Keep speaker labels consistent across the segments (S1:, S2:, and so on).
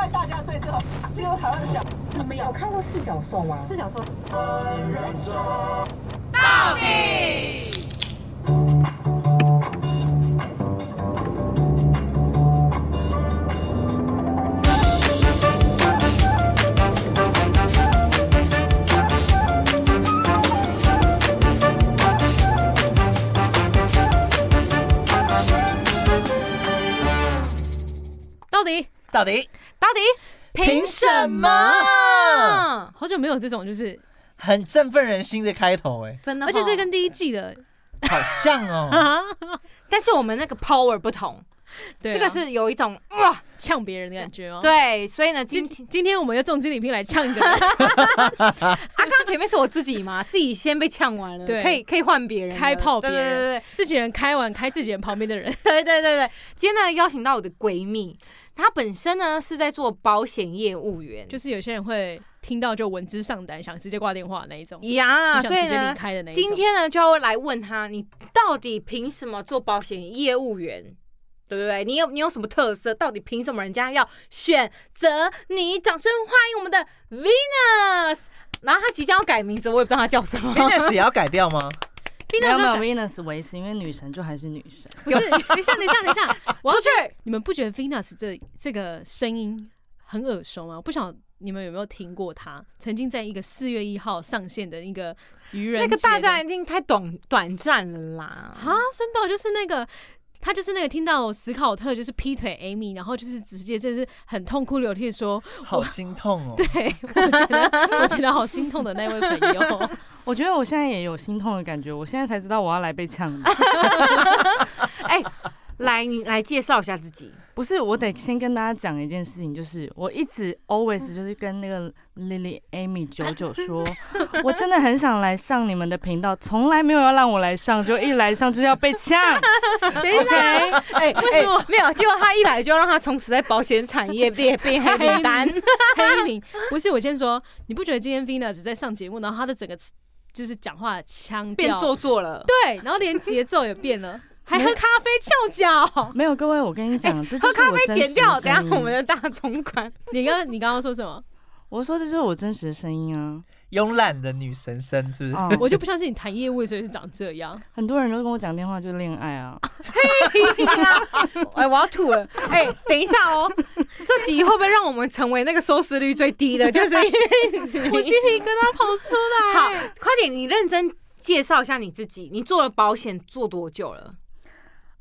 S1: 最后最后台湾的小
S2: 你们有看过四角兽吗？
S1: 四角兽，
S3: 到底
S4: 到底
S3: 到底
S4: 凭什么
S3: 么？好久没有这种，就是
S4: 很振奋人心的开头哎、
S5: 真的哦，
S3: 而且这跟第一季的，
S4: 好像哦，
S5: 但是我们那个 power 不同，
S3: 对啊
S5: 这个是有一种哇，
S3: 呛别人的感觉哦。，
S5: 对，所以呢，今
S3: 今
S5: 天
S3: 今天我们又重金礼聘来呛一个人，
S5: 啊，刚前面是我自 己嘛，自己先被呛完了，
S3: 对
S5: 可以可以换别人了
S3: 开炮别
S5: 对
S3: 人
S5: 对对
S3: 自己人开完开自己人旁边的人，
S5: 对对对对对。今天呢，邀请到我的闺蜜，她本身呢是在做保险业务员，
S3: 就是是有些人会听到就闻之上胆，想直接挂电话那一种，
S5: 呀，
S3: 不想
S5: 啊所以
S3: 直接
S5: 呢
S3: 离，开的那一种。
S5: 今天呢就要来问她，你到底凭什么做保险业务员？对不对？你有你有什么特色？到底凭什么人家要选择你？掌声欢迎我们的 Venus。然后她即将要改名字，我也不知道她叫 什么。
S4: v e 也要改掉吗？
S3: 听
S6: 没
S3: 到
S6: 有没
S3: 这
S6: 有
S3: 种感，
S6: Venus 维持，因为女神就还是女神。啊
S3: 不是，等一下，等一下，等一下，我要
S5: 出去。
S3: 你们不觉得 Venus 这这个声音很耳熟吗？不晓得你们有没有听过她曾经在一个四月一号上线的一个愚人
S5: 那个
S3: 节
S5: 大
S3: 的
S5: 战已经太短短暂了啦。
S3: 啊，真的就是那个。她就是那个听到史考特就是劈腿 Amy，然后就是直接就是很痛哭流涕地说，
S4: 好心痛哦。
S3: 对我觉得我觉得好心痛的那位朋 友，
S6: 我觉得我现在也有心痛的感觉，我现在才知道我要来被呛了。
S5: 哎、来你来介绍一下自己。
S6: 不是，我得先跟大家讲一件事情，就是我一直 always 就是跟那个 Lily Amy 九九 说，我真的很想来上你们的频道，从来没有要让我来上，就一来上就要被 呛。
S3: 等一下，
S5: 哎、
S3: 为什么
S5: 哎没有？结果他一来就要让他从此在保险产业变变黑名单。
S3: 黑名不是我先说，你不觉得今天 Venus 在上节目，然后她的整个就是讲话的腔
S5: 变
S3: 调
S5: 做作了，
S3: 对，然后连节奏也变了，还喝咖啡翘脚。
S6: 没有，各位，我跟你讲，这就
S5: 喝
S6: 是
S5: 咖
S6: 我
S5: 啡
S6: 真
S5: 剪
S6: 实的
S5: 掉，等下
S6: 声音
S5: 我们的大总管。
S3: 你刚刚你刚刚说什么？
S6: 我说这就是我真实的声音啊。
S4: 慵懒的女神声是不是？
S6: 哦
S3: 我就不相信你谈业务的时候是长这样。
S6: 很多人都跟我讲电话就恋爱啊，
S5: 哎、我要吐了。哎、等一下哦，这集会不会让我们成为那个收视率最低的？ 就是
S3: 我鸡皮疙瘩跑出来。
S5: 好，快点，你认真介绍一下你自己。你做了保险做多久了？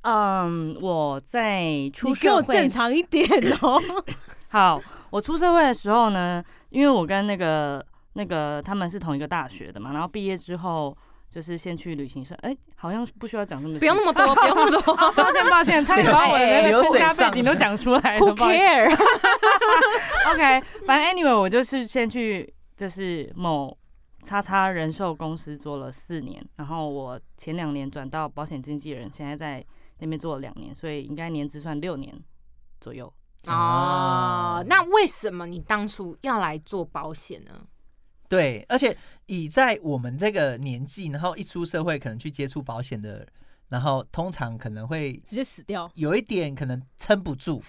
S6: 嗯，我在
S3: 你
S6: 出
S3: 给
S6: 社
S3: 我
S6: 会
S3: 正常一点哦！
S6: 好，我出社会的时候呢，因为我跟那个那个他们是同一个大学的嘛，然后毕业之后就是先去旅行社，哎、好像不需要讲这么
S5: 不用那么多， 不用那么
S6: 多，
S5: 多。
S6: 抱歉抱歉，差点把我的那
S4: 哎流
S6: 个
S4: 水
S6: 身家
S4: 账
S6: 背景都讲出来
S5: Who
S6: 了，不好意思
S5: care？
S6: OK，反正 anyway，我就是先去就是某叉叉人寿公司做了四年，然后我前两年转到保险经纪人，现在在那边做了两年，所以应该年资算六年左右。
S5: 哦
S4: 啊，
S5: 那为什么你当初要来做保险呢？
S4: 对，而且以在我们这个年纪，然后一出社会可能去接触保险的，然后通常可能会
S3: 直接死掉。
S4: 有一点可能撑不住，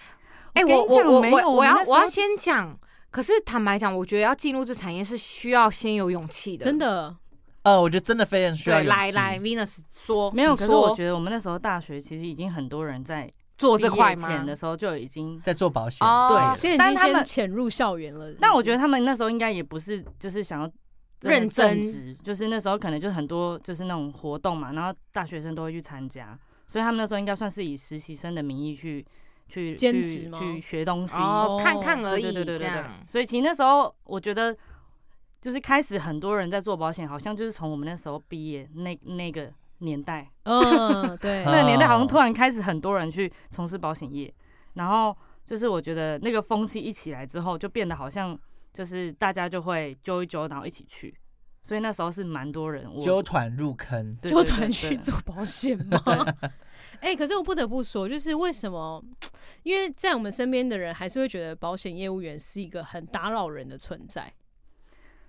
S5: 哎、
S6: 跟
S5: 我
S6: 你讲
S5: 我
S6: 没
S5: 我
S6: 有
S5: 我
S6: 我
S5: 我
S6: 们
S5: 要
S6: 那时
S5: 我要
S6: 候
S5: 先讲，可是坦白讲，我觉得要进入这产业是需要先有勇气的，
S3: 真。的，
S4: 呃，我觉得真的非常需要
S5: 对，
S4: 勇
S5: 来
S4: 气
S5: 来，Venus 说，
S6: 没
S5: 哦
S6: 有，
S5: 你
S6: 可是
S5: 说
S6: 我觉得我们那时候大学其实已经很多人在
S5: 做
S6: 毕
S5: 这块
S6: 业
S5: 吗
S6: 前？的时候就已经。
S4: 在做保险，
S5: 哦，
S6: 对
S3: 现在
S6: 但
S3: 已经
S6: 他
S3: 先
S6: 们
S3: 潜入校园了。
S6: 但我觉得他们那时候应该也不是，就是想要真的
S5: 认真
S6: 正职，就是那时候可能就很多就是那种活动嘛，然后大学生都会去参加，所以他们那时候应该算是以实习生的名义去去
S3: 兼
S6: 去
S3: 职吗
S6: 去学东西，
S5: 哦，看
S3: 哦
S5: 看而
S6: 对
S5: 已，
S6: 对对对
S5: 这
S6: 对对
S5: 样。
S6: 所以其实那时候我觉得，就是开始很多人在做保险，好像就是从我们那时候毕业那那个年代，
S3: 嗯，对，
S6: 那个年代好像突然开始很多人去从事保险业，然后就是我觉得那个风气一起来之后，就变得好像就是大家就会揪一揪，然后一起去，所以那时候是蛮多人我
S4: 纠团入坑。
S6: 对
S3: 就
S6: 对
S3: 突然
S6: 对
S3: 去
S6: 对
S3: 做保险 吗？ 哎、可是我不得不说，就是为什么？因为在我们身边的人还是会觉得保险业务员是一个很打扰人的存在。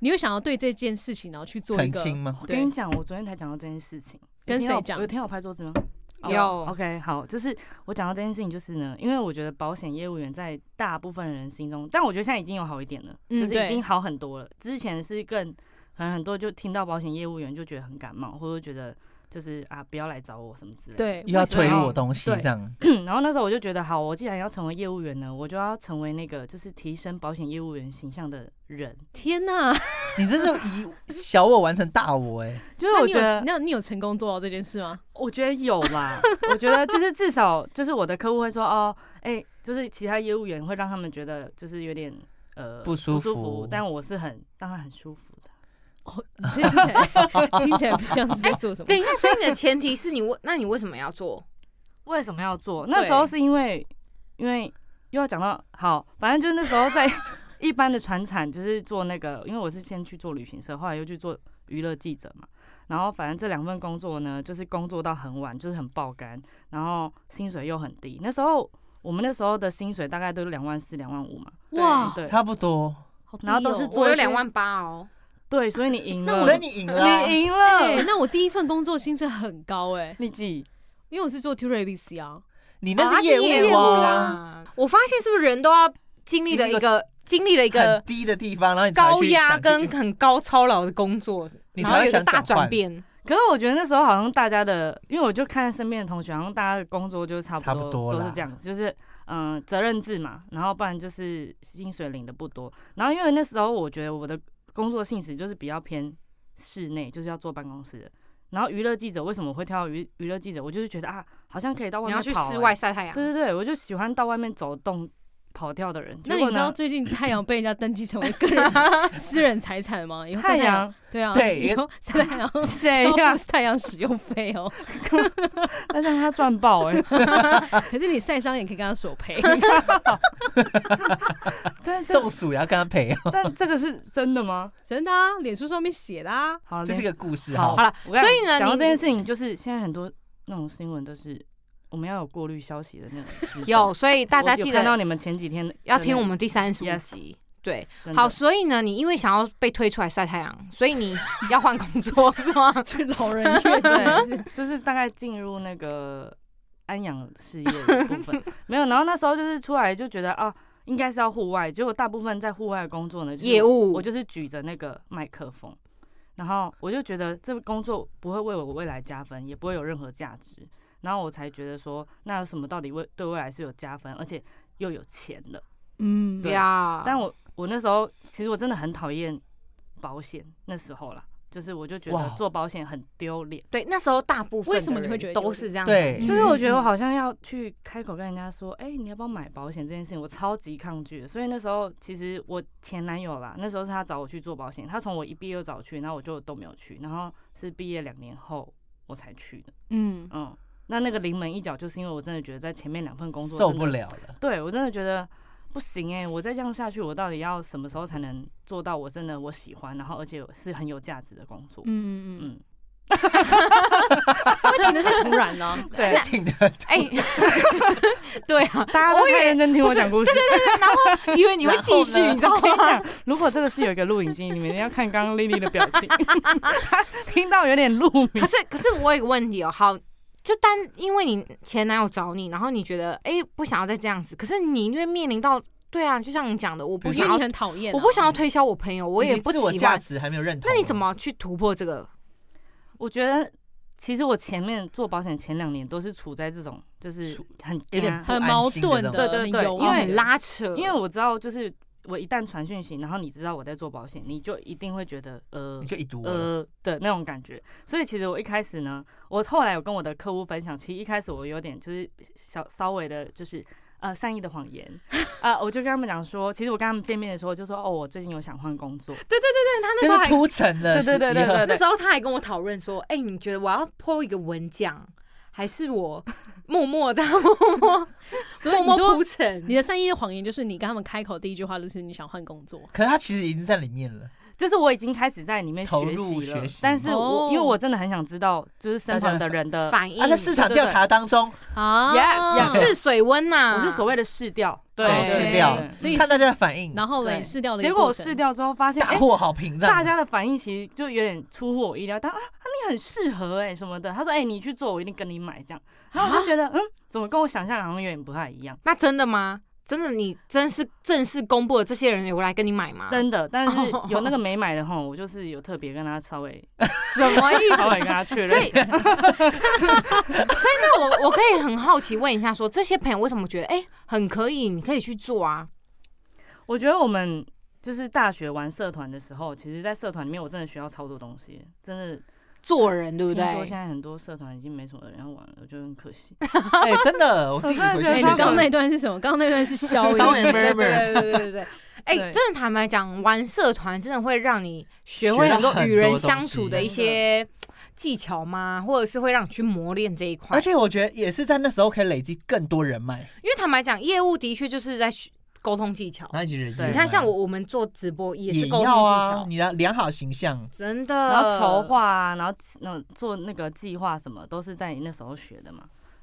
S3: 你会想要对这件事情，然后去做一
S4: 澄
S3: 个
S4: 清吗？
S6: 我
S3: 对
S6: 跟你讲，我昨天才讲到这件事情，有
S3: 跟
S6: 听到
S3: 谁
S6: 我
S3: 讲
S6: 有听到我拍桌子吗？哦
S5: 有
S6: OK，好，就是我讲到这件事情，就是呢，因为我觉得保险业务员在大部分人心中，但我觉得现在已经有好一点了，
S3: 嗯
S6: 就是
S3: 对
S6: 已经好很多了。之前是更可能很多就听到保险业务员就觉得很感冒，或者觉得就是啊不要来找我什么之类的。
S3: 对，
S4: 又要
S6: 什么
S4: 推我东西
S6: 对
S4: 这样，
S6: 然后那时候我就觉得，好，我既然要成为业务员呢，我就要成为那个就是提升保险业务员形象的人。
S3: 天哪！
S4: 你这是以小我完成大我哎、
S6: 就是
S3: 那
S6: 我
S3: 你
S6: 觉
S3: 有
S6: 得
S3: 那你有成功做到这件事吗？
S6: 我觉得有 啦，我觉得就是至少就是我的客户会说哦，哎、就是其他业务员会让他们觉得就是有点呃
S4: 不舒
S6: 服，
S4: 服
S6: 但我是很让他很舒服的。
S3: 哦，你 这听起来听起来不像是在做什么
S5: 等。
S6: 哎
S5: 一下，所以你的前提是你为，那你为什么要 做？
S6: 为什么要做？那时候是因为因为又要讲到好，反正就是那时 候在一般的船产就是做那个，因为我是先去做旅行社，后来又去做娱乐记者嘛。然后反正这两份工作呢，就是工作到很晚，就是很爆肝，然后薪水又很低。那时候我们那时候的薪水大概都是两万四、两万五嘛，
S3: 哇，
S6: 对，
S4: 差不多，
S3: 好低
S6: 然后都
S3: 哦
S6: 是做
S5: 我有嗯
S6: 一些
S5: 两万八哦，
S6: 对，所以你赢了，
S4: 所以你赢了啊、
S6: 你赢
S3: 哎，
S6: 了，
S3: 那我第一份工作薪水很高哎，
S6: 你几？
S3: 因为我是做 Tour ABC 啊。
S4: 你
S5: 哦
S4: 那
S5: 它
S4: 是业
S5: 业
S4: 务啊，
S5: 啦。我发现是不是人都要经历了一个经历了一
S4: 很
S5: 个
S4: 低的地方，然后你才去
S5: 高压
S4: 想去
S5: 跟很高操劳的工作，
S4: 你
S5: 然
S4: 才
S5: 后
S4: 会
S5: 有一个
S4: 想
S5: 大
S4: 转
S5: 转
S4: 换
S5: 变。
S6: 可是我觉得那时候好像大家的，因为我就看身边的同学，好像大家的工作就是差不多，
S4: 差不多啦
S6: 都是这样子，就是嗯、呃责任制嘛，然后不然就是薪水领的不多。然后因为那时候我觉得我的工作性质就是比较偏室内，就是要坐办公室的。然后娱乐记者为什么我会挑娱娱乐记者？我就是觉得啊，好像可以到外
S5: 你
S6: 面
S5: 要去
S6: 跑
S5: 室
S6: 欸
S5: 外晒太阳，
S6: 对对对，我就喜欢到外面走动、跑跳的人。
S3: 那
S6: 结
S3: 你
S6: 果
S3: 知道
S6: 呢？
S3: 最近太阳被人家登记成为个人私人财产吗？以后晒
S6: 太阳
S3: 对啊，
S4: 对
S3: 以后晒太阳
S6: 谁
S3: 要
S6: 呀
S3: 付？太阳使用费哦。
S6: 那让他赚爆哎、
S3: 可是你晒伤也可以跟他索赔。
S6: 但这
S4: 中暑也要跟他赔哦，
S6: 但这个是真的吗？
S3: 真的啊，脸书上面写的啊。
S6: 好，
S4: 这
S6: 连
S4: 是个故事
S6: 好
S4: 哈
S5: 好。了，
S6: 我跟你
S5: 所以呢
S6: 讲到
S5: 你
S6: 这件事情，就是现在很多那种新闻都是我们要有过滤消息的那种职守。
S5: 有，所以大家
S6: 我有
S5: 记
S6: 看到
S5: 得
S6: 你们前几天
S5: 要听我们第三十五
S6: Yes
S5: 集。对，
S6: 真的
S5: 好，所以呢，你因为想要被推出来晒太阳，所以你要换工作 是吗？
S3: 去老人院 是不是？
S6: 就是大概进入那个安养事业的部分没有。然后那时候就是出来就觉得啊，应该是要户外，结果大部分在户外的工作呢，就是
S5: 业务
S6: 我就是举着那个麦克风，然后我就觉得这个工作不会为我未来加分，也不会有任何价值，然后我才觉得说，那有什么到底为对未来是有加分，而且又有钱的。
S3: 嗯，
S5: 对啊呀，
S6: 但我我那时候其实我真的很讨厌保险，那时候啦，就是我就觉
S4: 哇
S6: 得做保险很丢脸，
S5: 对那时候大部分
S3: 为什么
S5: 的
S3: 你会
S5: 人
S3: 觉得有
S5: 都是这样的？
S4: 对
S6: 就是
S4: 嗯
S6: 我觉得我好像要去开口跟人家说，哎、你要不要买保险这件事情，我超级抗拒的。所以那时候其实我前男友啦，那时候是他找我去做保险，他从我一毕业就找我去，然后我就都没有去，然后是毕业两年后我才去的，
S3: 嗯，
S6: 嗯。那那个临门一脚，就是因为我真的觉得在前面两份工作
S4: 受
S6: 真的
S4: 不了了，
S6: 对我真的觉得不行哎、我再这样下去，我到底要什么时候才能做到我真的我喜欢，然后而且是很有价值的工作？
S3: 嗯嗯嗯，
S6: 嗯，
S3: 会停的太突然啊了。
S6: 对，
S4: 挺的
S5: 哎， 对啊，
S6: 大家都太认真听我讲故事。
S5: 因为你会继续，
S4: 然后呢
S5: 你知道
S6: 我跟你
S5: 吗？
S6: 讲，如果这个是有一个录影机，你们一定要看刚刚丽丽的表情， 她听到有点入迷
S5: 可。是可是我有个问题哦，好，就单因为你前男友找你，然后你觉得哎、不想要再这样子，可是你因为面临到对啊，就像你哦讲的，我不
S3: 我觉
S5: 想
S3: 得
S5: 要
S3: 你，很讨厌啊，
S5: 我不想要推销我朋友，我也
S4: 以及
S5: 不
S4: 自我
S5: 喜
S4: 价
S5: 欢。
S4: 值还没有认同。哦
S5: 那你怎？么去突破这个？
S6: 我觉得其实我前面做保险前两年都是处在这种就是
S4: 处
S6: 很
S4: 有点
S6: 尴尬
S3: 很矛盾的，啊
S4: 不
S6: 安心的这种对对对
S3: 很犹豫
S6: 因为
S5: 哦很拉扯，
S6: 因为我知道就是我一旦传讯息，然后你知道我在做保险，你就一定会觉得呃
S4: 你就已读我了，
S6: 呃的那种感觉。所以其实我一开始呢，我后来有跟我的客户分享，其实一开始我有点就是小稍微的，就是呃善意的谎言 啊、我就跟他们讲说，其实我跟他们见面的时候就说，哦，我最近有想换工作，
S5: 对对对对，他那时
S4: 就
S5: 候
S4: 是
S5: 还
S4: 铺陈了，
S6: 对对对对
S4: 是一
S6: 对
S4: 个
S5: 那时候他还跟我讨论说，哎、你觉得我要泼一个文奖，还是我默默的默默
S3: 所以
S5: 默
S3: 你
S5: 默
S3: 说
S5: 铺陈
S3: 你？的善意的谎言就是你跟他们开口第一句话就是你想换工作，
S4: 可是他其实已经在里面了，
S6: 就是我已经开始在里面
S4: 投
S6: 学
S4: 入
S6: 习了
S4: 学习，
S6: 但是我因为我真的很想知道，就是身旁的人的，
S5: 哦反应。
S4: 啊，在市场调查当中，
S3: 啊
S6: Yeah, yeah
S5: 试水温呐、
S6: 我是所谓的试调，
S4: 对
S3: 对
S4: 试调
S6: 对，
S3: 所以
S4: 看
S3: 哦是
S4: 大家的反应，
S3: 然后嘞
S6: 对
S3: 试
S5: 啊
S3: 掉了一个
S6: 结果我
S3: 过程
S6: 试调之后发现，哎
S4: 大，获好评，这样
S6: 大家的反应其实就有点出乎我意料，但啊，你很适合哎、什么的，他说哎、你去做，我一定跟你买这样，
S5: 啊
S6: 然后我就觉得嗯，怎么跟我想象好像有点不太一样，
S5: 那真的吗？真的，你真是正式公布了这些人有来跟你买
S4: 啊
S5: 吗？
S6: 真的，但是有那个没买的哈，我就是有特别跟他稍微
S5: 什么 意
S6: 稍微跟他确认，
S5: 所以， 所以那我我可以很好奇问一下说这些朋友为什么觉得哎、很可以，你可以去做啊？
S6: 我觉得我们就是大学玩社团的时候，其实，在社团里面我真的学到超多东西，真的。
S5: 做人对不对
S6: 听？说现在很多社团已经没什么人要玩了，我觉得很可惜。
S4: 哎，真的，我自己
S6: 我真的
S4: 回
S6: 觉
S3: 哎，你
S4: 去学
S6: 得超
S3: 刚
S6: 可
S3: 刚
S4: 的
S3: 那段是什么？刚刚那 段是消音
S4: 稍微
S5: 对
S4: murmur
S5: 对对对对。哎、
S6: 对
S5: 真的坦白讲，玩社团真的会让你学
S4: 学
S5: 会
S4: 到
S5: 很多
S4: 很
S5: 与
S4: 多
S5: 人
S4: 东
S5: 相
S4: 西
S5: 处的一
S6: 真的
S5: 些技巧吗？或者是会让你去磨练这一块？
S4: 而且我觉得也是在那时候可以累积更多人脉，
S5: 因为坦白讲，业务的确就是在学沟通技巧。
S4: 然后一起人
S6: 对
S5: 你看，像我我们做直播也
S4: 哎也
S5: 是沟通技
S4: 要啊
S5: 巧，，
S4: 你的良好形象，
S5: 真的。
S6: 然后筹划啊，然后那种做那个计划什么，都是在你那时候学的嘛。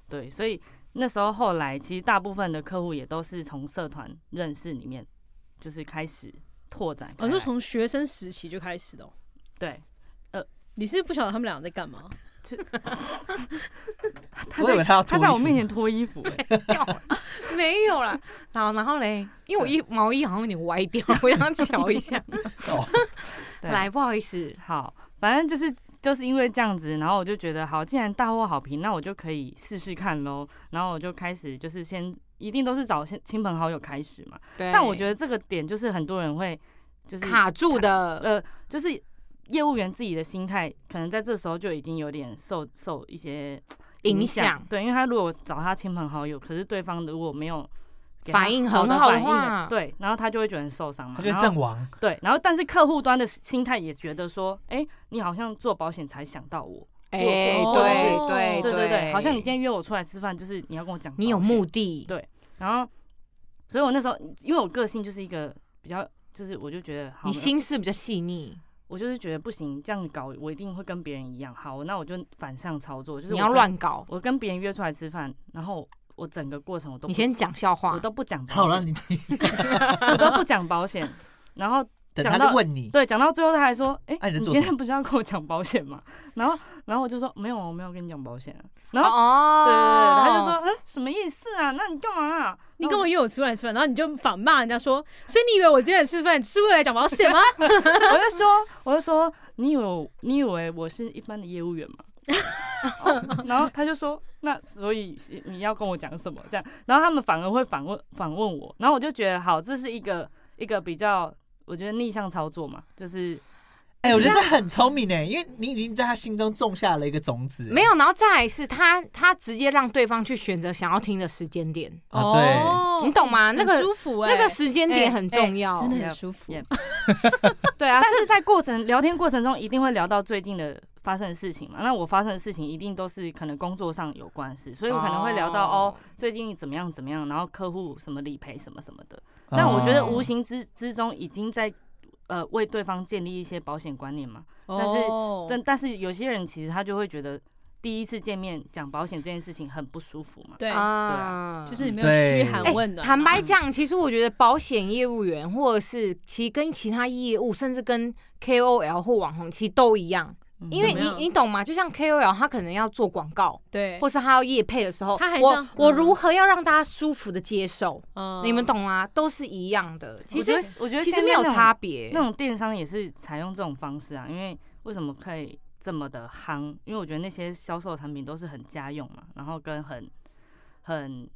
S6: 对，所以那时候后来，其实大部分的客户也都是从社团认识里面，就是开始拓展开
S3: 我
S6: 来。
S3: 说哦从学生时期就开始的哦。
S6: 对，
S3: 你是不是不晓得他们俩在干嘛？
S6: 他
S4: 我以为
S6: 在
S4: 他要脱
S6: 他在我
S4: 衣服
S6: 面前脱衣服、欸，
S5: 啊 没有啦。然后然后嘞，因为我衣毛衣好像有点歪掉，我想瞧一下。
S4: 哦，
S6: 对
S5: 来，不好意思，
S6: 好，反正就是就是因为这样子，然后我就觉得好，既然大获好评，那我就可以试试看喽。然后我就开始就是先，一定都是找亲亲朋好友开始嘛。
S5: 对
S6: 但我觉得这个点就是很多人会就是
S5: 卡住的，
S6: 呃，就是业务员自己的心态，可能在这时候就已经有点受受一些
S5: 影
S6: 响
S5: 响。
S6: 对，因为他如果找他亲朋好友，可是对方如果没有给他
S5: 反应
S6: 好
S5: 很
S6: 的
S5: 好的
S6: 反应
S5: 话
S6: 的，对，然后他就会觉得很受伤嘛。
S4: 他就
S6: 然后
S4: 阵亡，
S6: 对，然后但是客户端的心态也觉得说，哎、你好像做保险才想到我，
S5: 哎，
S6: 我
S3: 我
S5: 对
S6: 哦对
S5: 哎对
S6: 对对，好像你今天约我出来吃饭，就是你要跟我讲，
S5: 你有目，的
S6: 对，然后，所以我那时候因为我个性就是一个比较，就是我就觉得好
S5: 你，心思比较细腻，
S6: 我就是觉得不行，这样搞我一定会跟别人一样，好，那我就反向操作，就是
S5: 你
S6: 我
S5: 要
S6: 跟，
S5: 乱搞，
S6: 我跟别人约出来吃饭，然后我整个过程我都
S5: 你
S6: 不
S5: 先讲笑话
S6: 我，都不讲保险，
S4: 好 让你听，
S6: 我都不讲保险，然后
S4: 等
S6: 讲
S4: 他
S6: 到
S4: 就问你，
S6: 对，讲到最后他还说：“哎、
S4: 啊你在
S6: 你
S4: 做
S6: 今
S4: 什
S6: 天不是要跟我讲保险吗？”然后，然后我就说：“没有啊，我没有跟你讲保险、啊。”然后，
S5: 哦
S6: 对对对，他就说：“嗯，什么意思啊？那你干嘛啊？
S3: 你跟我约我出来吃饭，然后你就反骂人家说，所以你以为我今天吃饭是为了讲保 险吗？
S6: 然后我就说，我就说，你以为我你以为我是一般的业务员吗？”哦然后他就说：“那所以是你要跟我讲什么？”这样，然后他们反而会反问反问我，然后我就觉得好，这是一个一个比较，我觉得逆向操作嘛，就是
S4: 哎，我觉得这很聪明哎，因为你已经在他心中种下了一个种子，
S5: 没有，然后再来是他他直接让对方去选择想要听的时间点，
S4: 啊，对，
S6: 哦
S5: 你懂吗？那
S3: 哦很
S5: 个
S3: 舒服哎，
S5: 那
S6: 欸
S5: 个哦时间点很重要，
S3: 真的很舒服
S6: Yeah，yeah。
S5: 对啊，
S6: 但是在过程聊天过程中，一定会聊到最近的发生的事情嘛。那我发生的事情一定都是可能工作上有关系，所以我可能会聊到哦，最近怎么样怎么样，然后客户什么理赔什么什么的。但我觉
S4: 哦
S6: 得
S5: 哦
S6: 无形之之中已经在呃为对方建立一些保险观念嘛。但是
S3: 哦
S6: 但但是有些人其实他就会觉得第一次见面讲保险这件事情很不舒服嘛。
S3: 对，
S5: 啊
S3: 就是你没有嘘寒问暖。
S5: 坦
S6: 嗯
S5: 白讲，其实我觉得保险业务员，或者是其实跟其他业务，甚至跟 KOL 或网红，其实都一样，
S6: 嗯
S5: 因为
S3: 怎
S5: 你
S3: 么样
S5: 你懂吗？就像 KOL，他可能要做广告，
S3: 对，
S5: 或是他要业配的时候，
S3: 他还是要
S5: 我我
S3: 嗯
S5: 如何要让大家舒服的接受，
S3: 嗯
S5: 你们懂吗？都是一样的，其
S6: 我觉
S5: 实
S6: 得我觉得
S5: 其实
S6: 现在
S5: 没有
S6: 那种
S5: 差别
S6: 那。种电商也是采用这种方式啊，因为为什么可以这么的夯？因为我觉得那些销售产品都是很家用嘛，然后跟很很，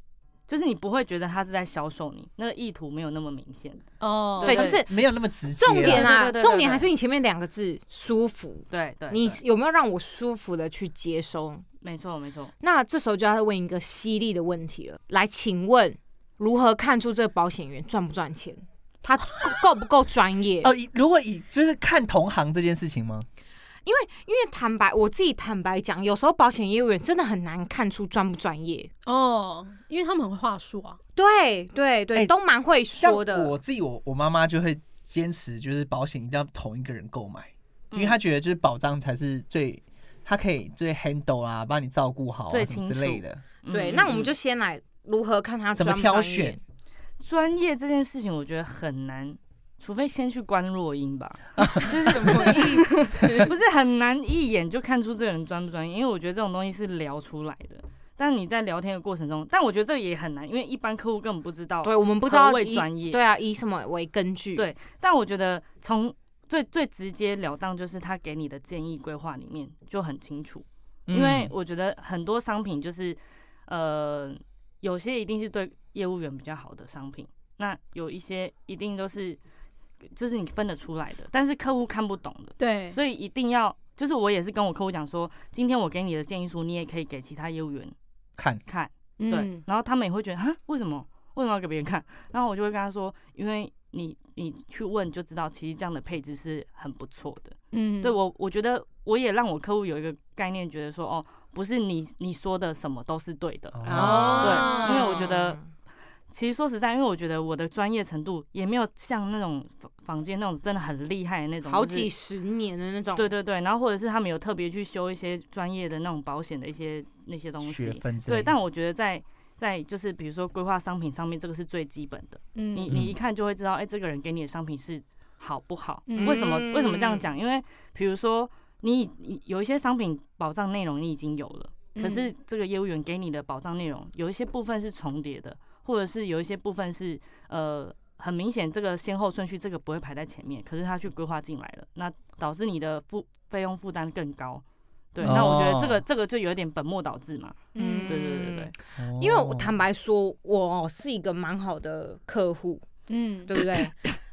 S6: 就是你不会觉得他是在销售你，那个意图没有那么明显。
S3: 哦，
S5: 对，就
S6: 对
S5: 是
S4: 没有那么直接啦，
S5: 重点啊，
S6: 对对对对
S5: 重点还是你前面两个字舒服，
S6: 对对，
S5: 你
S6: 对
S5: 有没有让我舒服的去接收？
S6: 没错没错。
S5: 那这时候就要问一个犀利的问题了，来，请问如何看出这个保险员赚不赚钱？他够够不够专 业？
S4: 哦，以如果以就是看同行这件事情吗？
S5: 因为坦白，我自己坦白讲，有时候保险业务员真的很难看出专不专业。
S3: 哦，因为他们很会话术啊，
S5: 对对对，
S4: 哎
S5: 都蛮会
S4: 像
S5: 说的。
S4: 我自己我我妈妈就会坚持就是保险一定要同一个人购买，因为
S6: 嗯
S4: 他觉得就是保障才是最，他可以最 handle 啊，帮你照顾好啊
S6: 最
S4: 什么之
S6: 清楚
S4: 类的。
S5: 对，
S6: 嗯
S5: 那我们就先来如何看他
S4: 怎么
S5: 专不
S4: 挑
S5: 专
S4: 选
S5: 业？
S6: 专业这件事情，我觉得很难，除非先去观落 音吧，
S5: 这是什么意思？
S6: 不是很难一眼就看出这个人专不专业，因为我觉得这种东西是聊出来的。但你在聊天的过程中，但我觉得这个也很难，因为一般客户根本不知道。
S5: 对，我们不知
S6: 何
S5: 道
S6: 谓
S5: 以
S6: 专业
S5: 对啊，以什么为根据？
S6: 对但我觉得从最最直截了当，就是他给你的建议规划里面就很清楚。因为
S4: 嗯
S6: 我觉得很多商品就是，呃，有些一定是对业务员比较好的商品，那有一些一定都是就是你分得出来的，但是客户看不懂的，
S3: 对，
S6: 所以一定要就是我也是跟我客户讲说，今天我给你的建议书，你也可以给其他业务员
S4: 看
S6: 看，对，
S3: 嗯，
S6: 然后他们也会觉得哈，为什么为什么要给别人看？然后我就会跟他说，因为你你去问就知道，其实这样的配置是很不错的。
S3: 嗯，
S6: 对我，我觉得我也让我客户有一个概念，觉得说哦，不是你你说的什么都是对的。
S5: 哦，
S6: 对因为我觉得其实说实在，因为我觉得我的专业程度也没有像那种房房间那种真的很厉害的那种，
S5: 好
S6: 就
S5: 几
S6: 是
S5: 十年的那种，
S6: 对对对，然后或者是他们有特别去修一些专业的那种保险的一些那些东
S4: 学
S6: 西。
S4: 分之
S6: 对，
S4: 类的
S6: 但我觉得在在就是比如说规划商品上面，这个是最基本的。
S3: 嗯，
S6: 你
S3: 嗯，
S6: 你一看就会知道，哎、这个人给你的商品是好不好？
S3: 嗯
S6: 为什么为什么这样讲？因为比如说你已你有一些商品保障内容你已经有了，
S3: 嗯
S6: 可是这个业务员给你的保障内容有一些部分是重叠的，或者是有一些部分是呃很明显这个先后顺序这个不会排在前面，可是他去规划进来了，那导致你的负费用负担更高。对，那我觉得这个
S4: 哦
S6: 这个就有点本末倒置嘛。
S3: 嗯
S6: 对对对对
S4: 哦
S5: 因为我坦白说，我是一个蛮好的客户，
S3: 嗯，
S5: 对不 对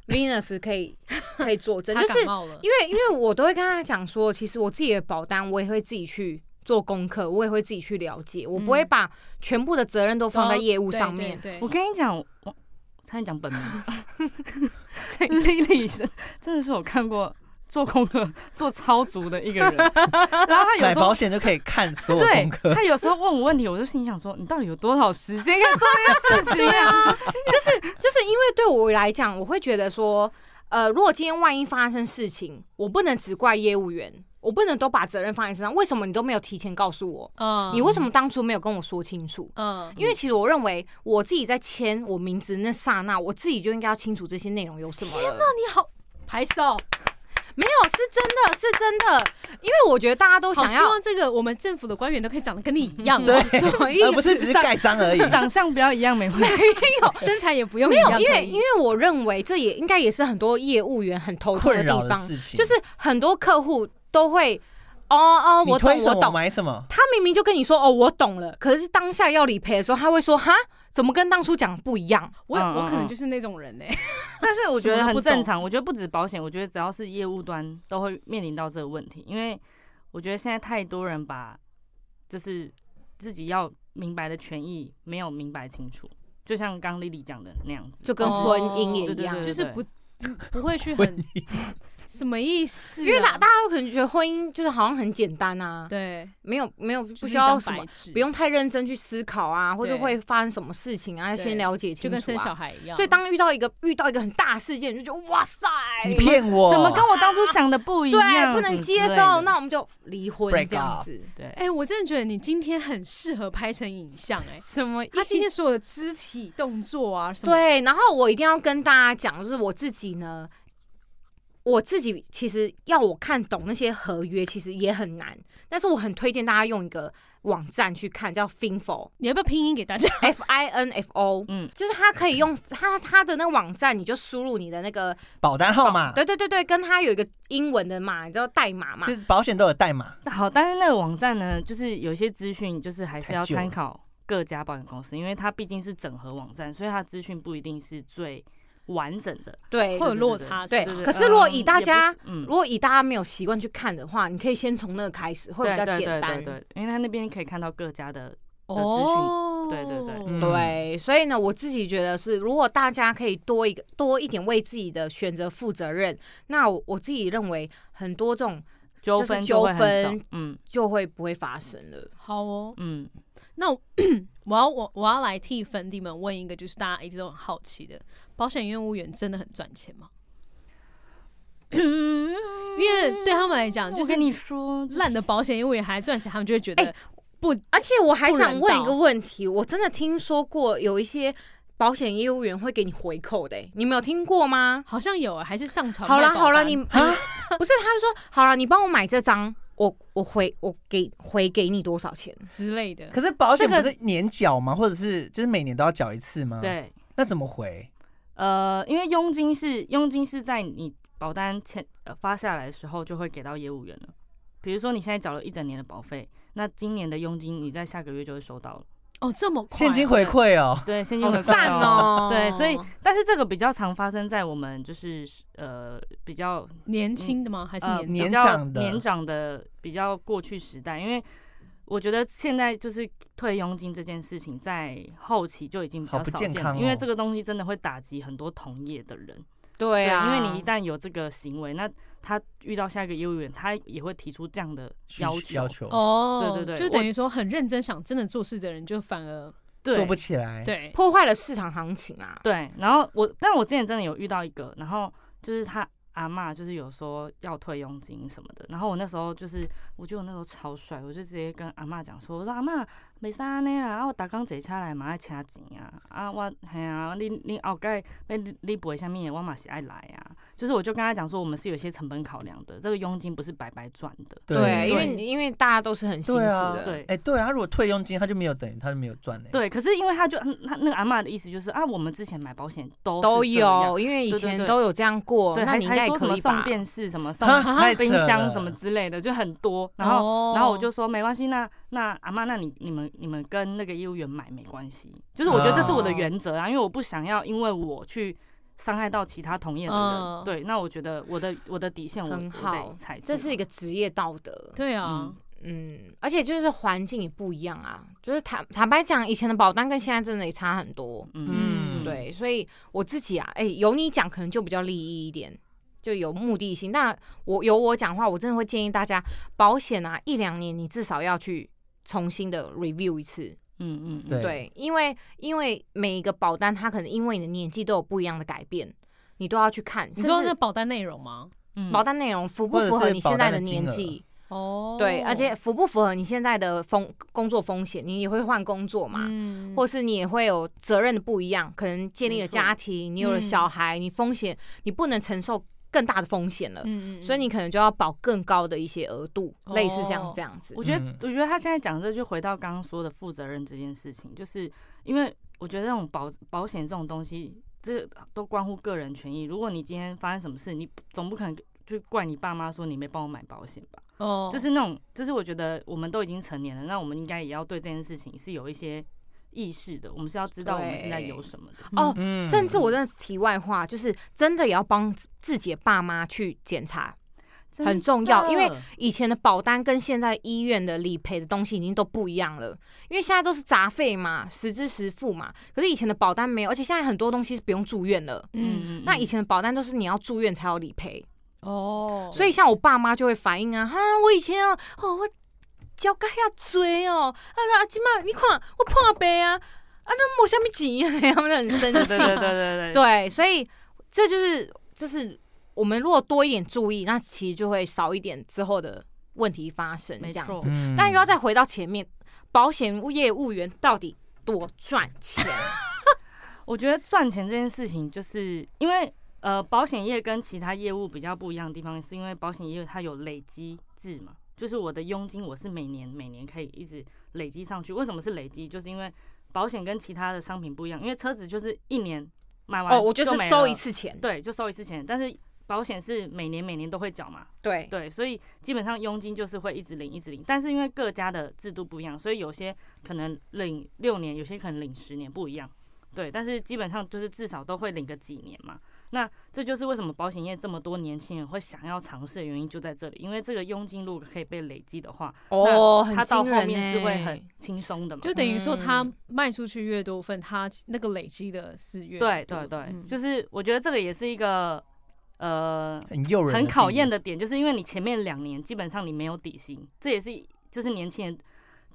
S5: ？Venus 可以可以作证，
S3: 他
S5: 就是
S3: 感冒了，
S5: 因为因为我都会跟他讲说，其实我自己的保单，我也会自己去做功课，我也会自己去了解，我不会把全部的责任都放在业务
S3: 哦对
S5: 上
S3: 嗯对
S5: 面。
S3: 对
S6: 我，跟你讲，我我差点 讲本名，丽丽是 真的是我看过做功 课做超足的一个人，然后他有
S4: 买
S6: 时
S4: 保
S6: 候。
S4: 险就可以看所有
S6: 对
S4: 功课，
S6: 他有时候问我问题，我就心想说：“你到底有多少时间可以做这件事情？” 对啊，
S5: 就是因为对我来讲，我会觉得说，呃，如果今天万一发生事情，我不能只怪业务员，我不能都把责任放在身上。为什么你都没有提前告诉我？
S3: 嗯，
S5: 你为什么当初没有跟我说清楚？
S3: 嗯，
S5: 因为其实我认为我自己在签我名字那刹那，我自己就应该要清楚这些内容有什么了。
S3: 你好拍手，
S5: 没有，是真的，是真的，因为我觉得大家都
S3: 好
S5: 想
S3: 希
S5: 要
S3: 望这个我们政府的官员都可以长得跟你一样哦，
S4: 对
S5: 什么意
S4: 而不是只是盖章而已。
S6: 长相不要一样没关系。
S3: 身材也不用
S5: 没
S3: 一样
S5: 有，
S3: 可以，
S5: 因为因为我认为这也应该也是很多业务员很头痛
S4: 困扰
S5: 地
S4: 的
S5: 方，
S4: 事情
S5: 就是很多客户都会，哦哦，
S4: 你
S5: 我
S4: 推
S5: 懂，
S4: 什
S5: 我
S4: 么
S5: 懂。
S4: 买什么，
S5: 他明明就跟你说哦，我懂了，可是当下要理赔的时候，他会说哈，怎么跟当初讲不一样？
S3: 我
S6: 嗯嗯
S3: 我可能
S6: 嗯
S3: 就是那种人呢，欸
S6: 但是我觉
S3: 什
S6: 得
S3: 么都
S6: 很
S3: 不懂
S6: 正常，我觉得不止保险，我觉得只要是业务端都会面临到这个问题，因为我觉得现在太多人把就是自己要明白的权益没有明白清楚，就像刚丽丽讲的那样子，
S5: 就跟
S3: 哦
S5: 婚姻也
S6: 对
S5: 一
S6: 对
S5: 样，
S6: 对
S3: 就是不不会去很什么意思啊，
S5: 因为大大家可能觉得婚姻就是好像很简单啊，
S3: 对
S5: 没有没有
S3: 就是
S5: 不需
S3: 一张
S5: 要什么
S3: 白，纸，
S5: 不用太认真去思考啊，或者
S3: 对
S5: 会发生什么事情啊，
S3: 对
S5: 先了解
S3: 就
S5: 清楚、啊。
S3: 跟生小孩一样，
S5: 所以当遇到一个遇到一个很大事件，你就觉得哇塞，
S4: 你骗我，
S6: 怎么跟我当初想的不一
S5: 对
S6: 样？
S5: 不能接
S6: 什么之类的
S5: 受，那我们就离婚
S4: Break
S5: 这样子。
S6: 对，
S3: 哎、我真的觉得你今天很适合拍成影像、 哎，
S5: 什么意思？
S3: 他今天所有的肢体动作啊，什么，
S5: 对，然后我一定要跟大家讲，就是我自己呢，我自己其实要我看懂那些合约，其实也很难。但是我很推荐大家用一个网站去看，叫 Finfo
S3: 你要不要拼音给大家？
S5: F I N F O，
S6: 嗯，
S5: 就是它可以用它它的那个网站，你就输入你的那个，
S4: 保单号码，
S5: 对对对对，跟它有一个英文的码，你知道代码嘛
S4: 其？实保险都有代码，
S6: 好，但是那个网站呢，就是有一些资讯，就是还是
S4: 太
S6: 要
S4: 旧了
S6: 参考各家保险公司，因为它毕竟是整合网站，所以它资讯不一定是最完整的。
S5: 对
S3: 会有
S6: 对
S3: 落
S6: 对
S3: 差嗯是
S5: 对
S3: 吧，
S5: 可是如果以大家
S6: 也不是嗯
S5: 如果以大家没有习惯去看的话，你可以先从那个开始，会比较简单。
S6: 对对对对因为它那边可以看到各家的，资讯
S3: 哦，
S6: 对对对
S4: 嗯
S5: 对，所以呢，我自己觉得是，如果大家可以多一个多一点为自己的选择负责任，那我我自己认为很多这种
S6: 纠
S5: 就是
S6: 纷
S5: 纠
S6: 会很少
S5: 纷，
S6: 嗯
S5: 就会不会发生了。
S3: 好哦。
S6: 嗯，
S3: 那我 我要我我要来替粉底们问一个，就是大家一直都很好奇的，保险业务员真的很赚钱吗？
S5: 嗯
S6: 因
S3: 因为对他们来讲，就
S6: 就是嗯跟你说，
S3: 烂的保险业务员还赚钱，他们就会觉得
S5: 哎而且我还想问一
S3: 不
S5: 个
S3: 人
S5: 问题，我真的听说过有一些保险业务员会给你回扣的、欸你们有听过吗？
S3: 好像有，啊还是上传
S5: 好
S3: 卖
S5: 啦
S3: 保
S5: 好啦，
S3: 单
S5: 你 不是他说好啦，你帮我买这张，我我回我给回给你多少钱？
S3: 之类的，
S4: 可是保险
S6: 这
S4: 不
S6: 个
S4: 是年缴吗？或者是就是每年都要缴一次吗？，
S6: 对，
S4: 那怎么回？
S6: 呃，因为佣金是佣金是在你保单签呃发下来的时候就会给到业务员了。比如说你现在缴了一整年的保费，那今年的佣金你在下个月就会收到了。
S3: 哦，这么快
S4: 现金回馈哦，
S6: 对，现金
S5: 好
S6: 回馈
S5: 赞哦！
S6: 对，所以但是这个比较常发生在我们就是呃比较
S3: 年轻的吗？还是
S6: 呃
S3: 年
S6: 比
S4: 年
S3: 长？
S6: 较
S4: 长的
S6: 年长的比较过去时代，因为我觉得现在就是退佣金这件事情在后期就已经比
S4: 好
S6: 较
S4: 不
S6: 少
S4: 健
S6: 见了，
S4: 康
S6: 因为
S4: 哦
S6: 这个东西真的会打击很多同业的人。
S5: 对啊，
S6: 因为你一旦有这个行为，那他遇到下一个业务员，他也会提出这样的
S4: 需
S6: 要求，
S4: 要求
S3: 哦，
S6: 对对对
S3: 就等于说很认真想真的做事的人，就反而
S6: 对
S4: 做不起来，
S3: 对
S5: 哎破坏了市场行情啊。
S6: 对，然后我，但我之前真的有遇到一个，然后就是他阿嬷就是有说要退佣金什么的，然后我那时候就是，我觉得我那时候超帅，我就直接跟阿嬷讲说，我说阿嬷，没啥呢啦，啊我打工坐车来嘛要车钱啊，啊我嘿啊，你你后盖要你你赔啥物的，我嘛是爱来啊，就是我就跟他讲说，我们是有一些成本考量的，这个佣金不是白白赚的，
S5: 对，因为
S3: 对
S5: 你因为大家都是很辛苦
S4: 对啊
S5: 的，
S6: 对。
S4: 哎，对啊，他如果退佣金，他就没有等于他就没有赚嘞。，
S6: 对，可是因为他就嗯他那个阿嬷的意思就是啊，我们之前买保险都
S5: 都
S6: 是这样
S5: 有，因为以
S6: 对对
S5: 前
S6: 对
S5: 都有这样过，
S6: 对，
S5: 那
S6: 还
S5: 你应
S6: 还
S5: 该也
S6: 说什
S5: 可
S6: 么
S5: 以吧
S6: 送？电 视、什么送
S4: 太扯
S6: 冰箱
S4: 了
S6: 什么之类的，就很多。然后，
S3: 哦
S6: 然后我就说没关系，那那阿妈，那你你们你们跟那个业务员买没关系，就是我觉得这是我的
S3: 哦
S6: 原则啊，因为我不想要因为我去伤害到其他同业的
S3: 嗯
S6: 人。对，那我觉得我的我的底线我
S5: 很
S6: 我
S5: 好
S6: 得踩住。
S5: 这是一个职业道德。
S3: 对啊，
S5: 嗯，而且就是环境也不一样啊，就是坦坦白讲，以前的保单跟现在真的也差很多。
S4: 嗯
S5: 对，所以我自己啊，哎、有你讲可能就比较利益一点，就有目的性。那我有我讲话，我真的会建议大家，保险啊，一两年你至少要去重新的 review 一次。
S6: 嗯嗯，嗯
S4: 对
S5: 对，因为因为每一个保单，它可能因为你的年纪都有不一样的改变，你都要去看。
S3: 你
S5: 甚
S3: 说
S5: 至
S3: 那保单内容吗？
S6: 嗯
S5: 保单内容符不
S4: 或者
S5: 符合
S4: 是
S5: 你
S4: 保
S5: 现在
S4: 单
S5: 的
S4: 的
S5: 年
S4: 金额
S5: 纪？
S3: 哦，
S5: 对，而且符不符合你现在的风工作风险？你也会换工作嘛，
S3: 嗯
S5: 或是你也会有责任的不一样，可能建立了
S6: 没错
S5: 家庭，你有了
S3: 嗯
S5: 小孩，你风险你不能承受更大的风险了，
S3: 嗯嗯嗯
S5: 所以你可能就要保更高的一些额度，类似像
S3: 哦
S5: 这样子
S6: 我。觉得
S4: 嗯，
S6: 我觉得他现在讲这就回到刚刚说的负责任这件事情，就是因为我觉得这种保保险这种东西，这都关乎个人权益。如果你今天发生什么事，你总不可能就怪你爸妈说你没帮我买保险吧？
S3: 哦，
S6: 就是那种，就是我觉得我们都已经成年了，那我们应该也要对这件事情是有一些意识的，我们是要知道我们现在有什么的。
S5: 哦
S3: 嗯
S4: 嗯
S5: 甚至我真的题外话，就是真的也要帮自己的爸妈去检查。
S6: 真
S5: 很重要
S6: 的
S5: 因为以前的保单跟现在医院的理赔的东西已经都不一样了，因为现在都是杂费嘛，实支实付嘛。可是以前的保单没有，而且现在很多东西是不用住院了。
S3: 嗯
S6: 嗯，
S5: 那以前的保单都是你要住院才有理赔，
S3: 哦，
S5: 所以像我爸妈就会反映啊，哈，我以前啊，哦，我交该遐多哦，啊啦，即嘛你看我破病啊，啊，那没啥物钱啊，他们都很生
S6: 对
S5: 气
S6: 对。对对 对对，
S5: 对，所以这就是就是我们如果多一点注意，那其实就会少一点之后的问题发生这
S6: 没
S5: 样
S6: 错
S5: 子。
S4: 嗯
S5: 但又要再回到前面，保险业务员到底多赚 钱？
S6: 我觉得赚钱这件事情，就是因为呃，保险业跟其他业务比较不一样的地方，是因为保险业它有累积制嘛，就是我的佣金我是每年每年可以一直累积上去。为什么是累积？就是因为保险跟其他的商品不一样，因为车子就是一年买完
S5: 哦，我就是
S6: 没了
S5: 收一，次钱，
S6: 对，就收一次钱，但是保险是每年每年都会缴嘛，
S5: 对
S6: 对，所以基本上佣金就是会一直领，一直领。但是因为各家的制度不一样，所以有些可能领六年，有些可能领十年不一样。对，但是基本上就是至少都会领个几年嘛。那这就是为什么保险业这么多年轻人会想要尝试的原因就在这里，因为这个佣金如果可以被累积的话，
S5: 哦，很
S6: 它到
S5: 惊
S6: 后
S5: 人
S6: 面是会
S5: 欸
S6: 很轻松的嘛。
S3: 就等于说他
S5: 嗯
S3: 卖出去越多份，他那个累积的是越
S6: 对
S3: 多的
S6: 对对，
S3: 嗯
S6: 就是我觉得这个也是一个呃
S4: 很诱人，
S6: 很考验。的点，就是因为你前面两年基本上你没有底薪，这也是就是年轻人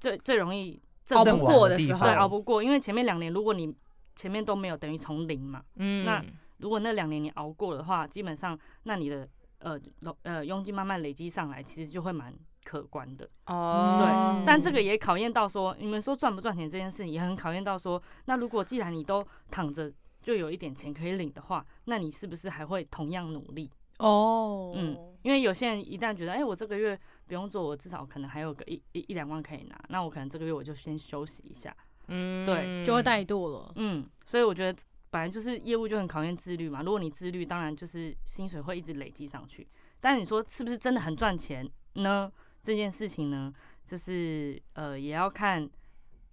S6: 最最容易这
S5: 熬
S6: 种
S5: 不过的时候
S6: 对熬不过，因为前面两年如果你前面都没有，等于从零嘛。
S5: 嗯
S6: 那如果那两年你熬过的话，基本上那你的呃楼呃佣金慢慢累积上来，其实就会蛮可观的。
S5: 哦，
S6: 嗯但这个也考验到说，你们说赚不赚钱这件事，也很考验到说，那如果既然你都躺着就有一点钱可以领的话，那你是不是还会同样努力？
S3: 哦，
S6: 嗯，因为有些人一旦觉得，哎、我这个月不用做，我至少可能还有个一一一两万可以拿，那我可能这个月我就先休息一下。
S5: 嗯
S6: 对
S3: 就会怠惰了。
S6: 嗯，所以我觉得本来就是业务就很考验自律嘛。如果你自律，当然就是薪水会一直累积上去。但你说是不是真的很赚钱呢？这件事情呢，就是呃，也要看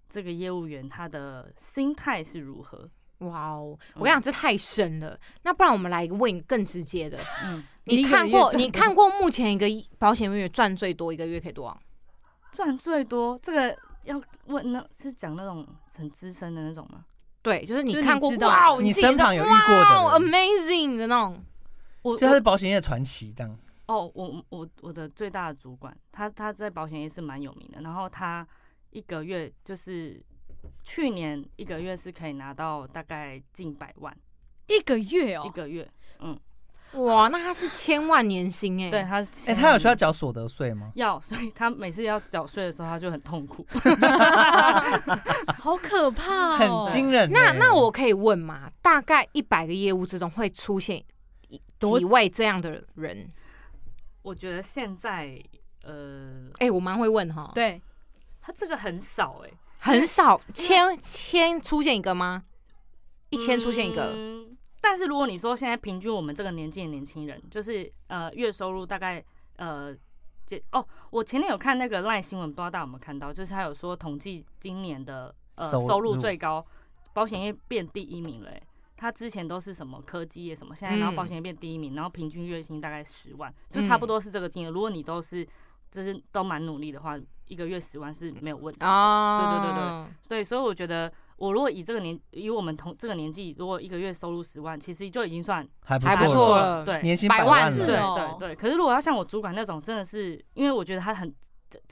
S6: 这个业务员他的心态是如何。
S5: 哇哦！
S6: 嗯
S5: 我跟你讲，这太深了。那不然我们来问你更直接的，
S6: 嗯，
S5: 你
S3: 一个
S5: 看
S3: 月
S5: 过
S3: 赚
S5: 你
S3: 多
S5: 看过目前一个保险业务赚最多一个月可以多少？
S6: 赚最多这个要问那是讲那种很资深的那种吗？
S5: 对，就是
S3: 就
S5: 你
S3: 是
S5: 看
S3: 你
S5: 过
S3: 知道
S5: 哇哦，
S4: 你
S5: 自己
S4: 身
S5: 都
S4: 旁有遇过的
S5: 哇哦
S4: 人
S5: ，amazing 的那种。
S6: 我
S4: 就他是保险业的传奇这样。
S6: 哦，我我我的最大的主管，他他在保险业是蛮有名的，然后他一个月就是去年一个月是可以拿到大概近百万
S3: 一个月
S6: 一
S3: 哦，
S6: 个月，
S5: 哇，那他是千万年薪哎、
S6: 对，他
S4: 哎、
S6: 哎
S4: 他有需要缴所得税吗？
S6: 要， 所以他每次要缴税的时候他就很痛苦。
S3: 好可怕哦！
S4: 很惊人欸、
S5: 那那我可以问吗？大概一百个业务之中会出现一
S3: 多
S5: 几位这样的人？
S6: 我觉得现在呃，
S5: 哎、我蛮会问哈，，
S3: 对，
S6: 他这个很少哎、
S5: 很少千千出现一个吗？一千出现一个，
S6: 嗯但是如果你说现在平均我们这个年纪的年轻人，就是呃月收入大概呃，这哦，我前天有看那个 LINE 新闻，不知道大家有没有看到，就是他有说统计今年的呃
S4: 收入
S6: 收入最高，保险业变第一名了、欸。他之前都是什么科技业什么，现在然后
S5: 嗯
S6: 保险业变第一名，然后平均月薪大概十万，就差不多是这个金额。如果你都是就是都蛮努力的话，一个月十万是没有问题的嗯对对对对
S5: 哦，
S6: 对，所以我觉得，我如果以这个年，以我们同这个年纪，如果一个月收入十万，其实就已经算
S4: 还不
S5: 还不
S4: 错
S5: 错
S4: 了，
S5: 了，
S6: 对，
S4: 年薪
S5: 百
S4: 百
S5: 万
S4: 万
S3: 是
S6: 对
S4: 了。
S3: 哦
S6: 对对。可是如果要像我主管那种，真的是，因为我觉得他很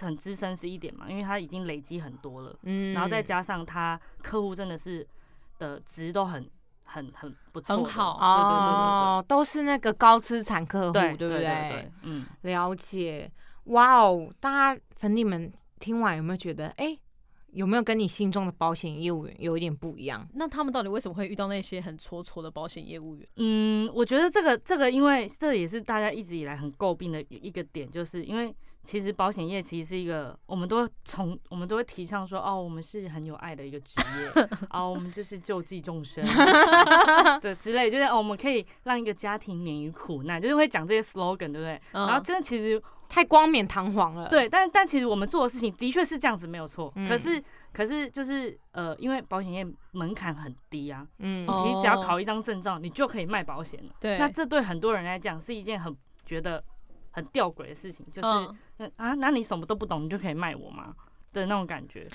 S6: 很资深是一点嘛，因为他已经累积很多了，
S5: 嗯
S6: 然后再加上他客户真的是的值都很很很不错的，
S3: 很好
S5: 哦，都是那个高资产客户，
S6: 对对对对
S5: 不
S6: 对对对，嗯，
S5: 了解，哇哦！大家粉底们听完有没有觉得，哎、有没有跟你心中的保险业务员有一点不一样？
S3: 那他们到底为什么会遇到那些很戳戳的保险业务员？
S6: 嗯，我觉得这个这个，因为这也是大家一直以来很诟病的一个点，就是因为其实保险业其实是一个，我们都会从我们都会提倡说，哦，我们是很有爱的一个职业，哦，我们就是救济 众生，对之类，就是哦，我们可以让一个家庭免于苦难，就是会讲这些 slogan，对不对？然后
S3: 嗯
S6: 真的其实
S5: 太光冕堂皇了。，
S6: 对，但但其实我们做的事情的确是这样子，没有错。可
S5: 嗯
S6: 是可是就是呃，因为保险业门槛很低啊，
S5: 嗯
S6: 你其实只要
S3: 哦
S6: 考一张证照，你就可以卖保险了。
S3: 对，
S6: 那这对很多人来讲是一件很觉得很吊诡的事情，就是、
S3: 嗯
S6: 嗯啊，那你什么都不懂，你就可以卖我吗的那种感觉？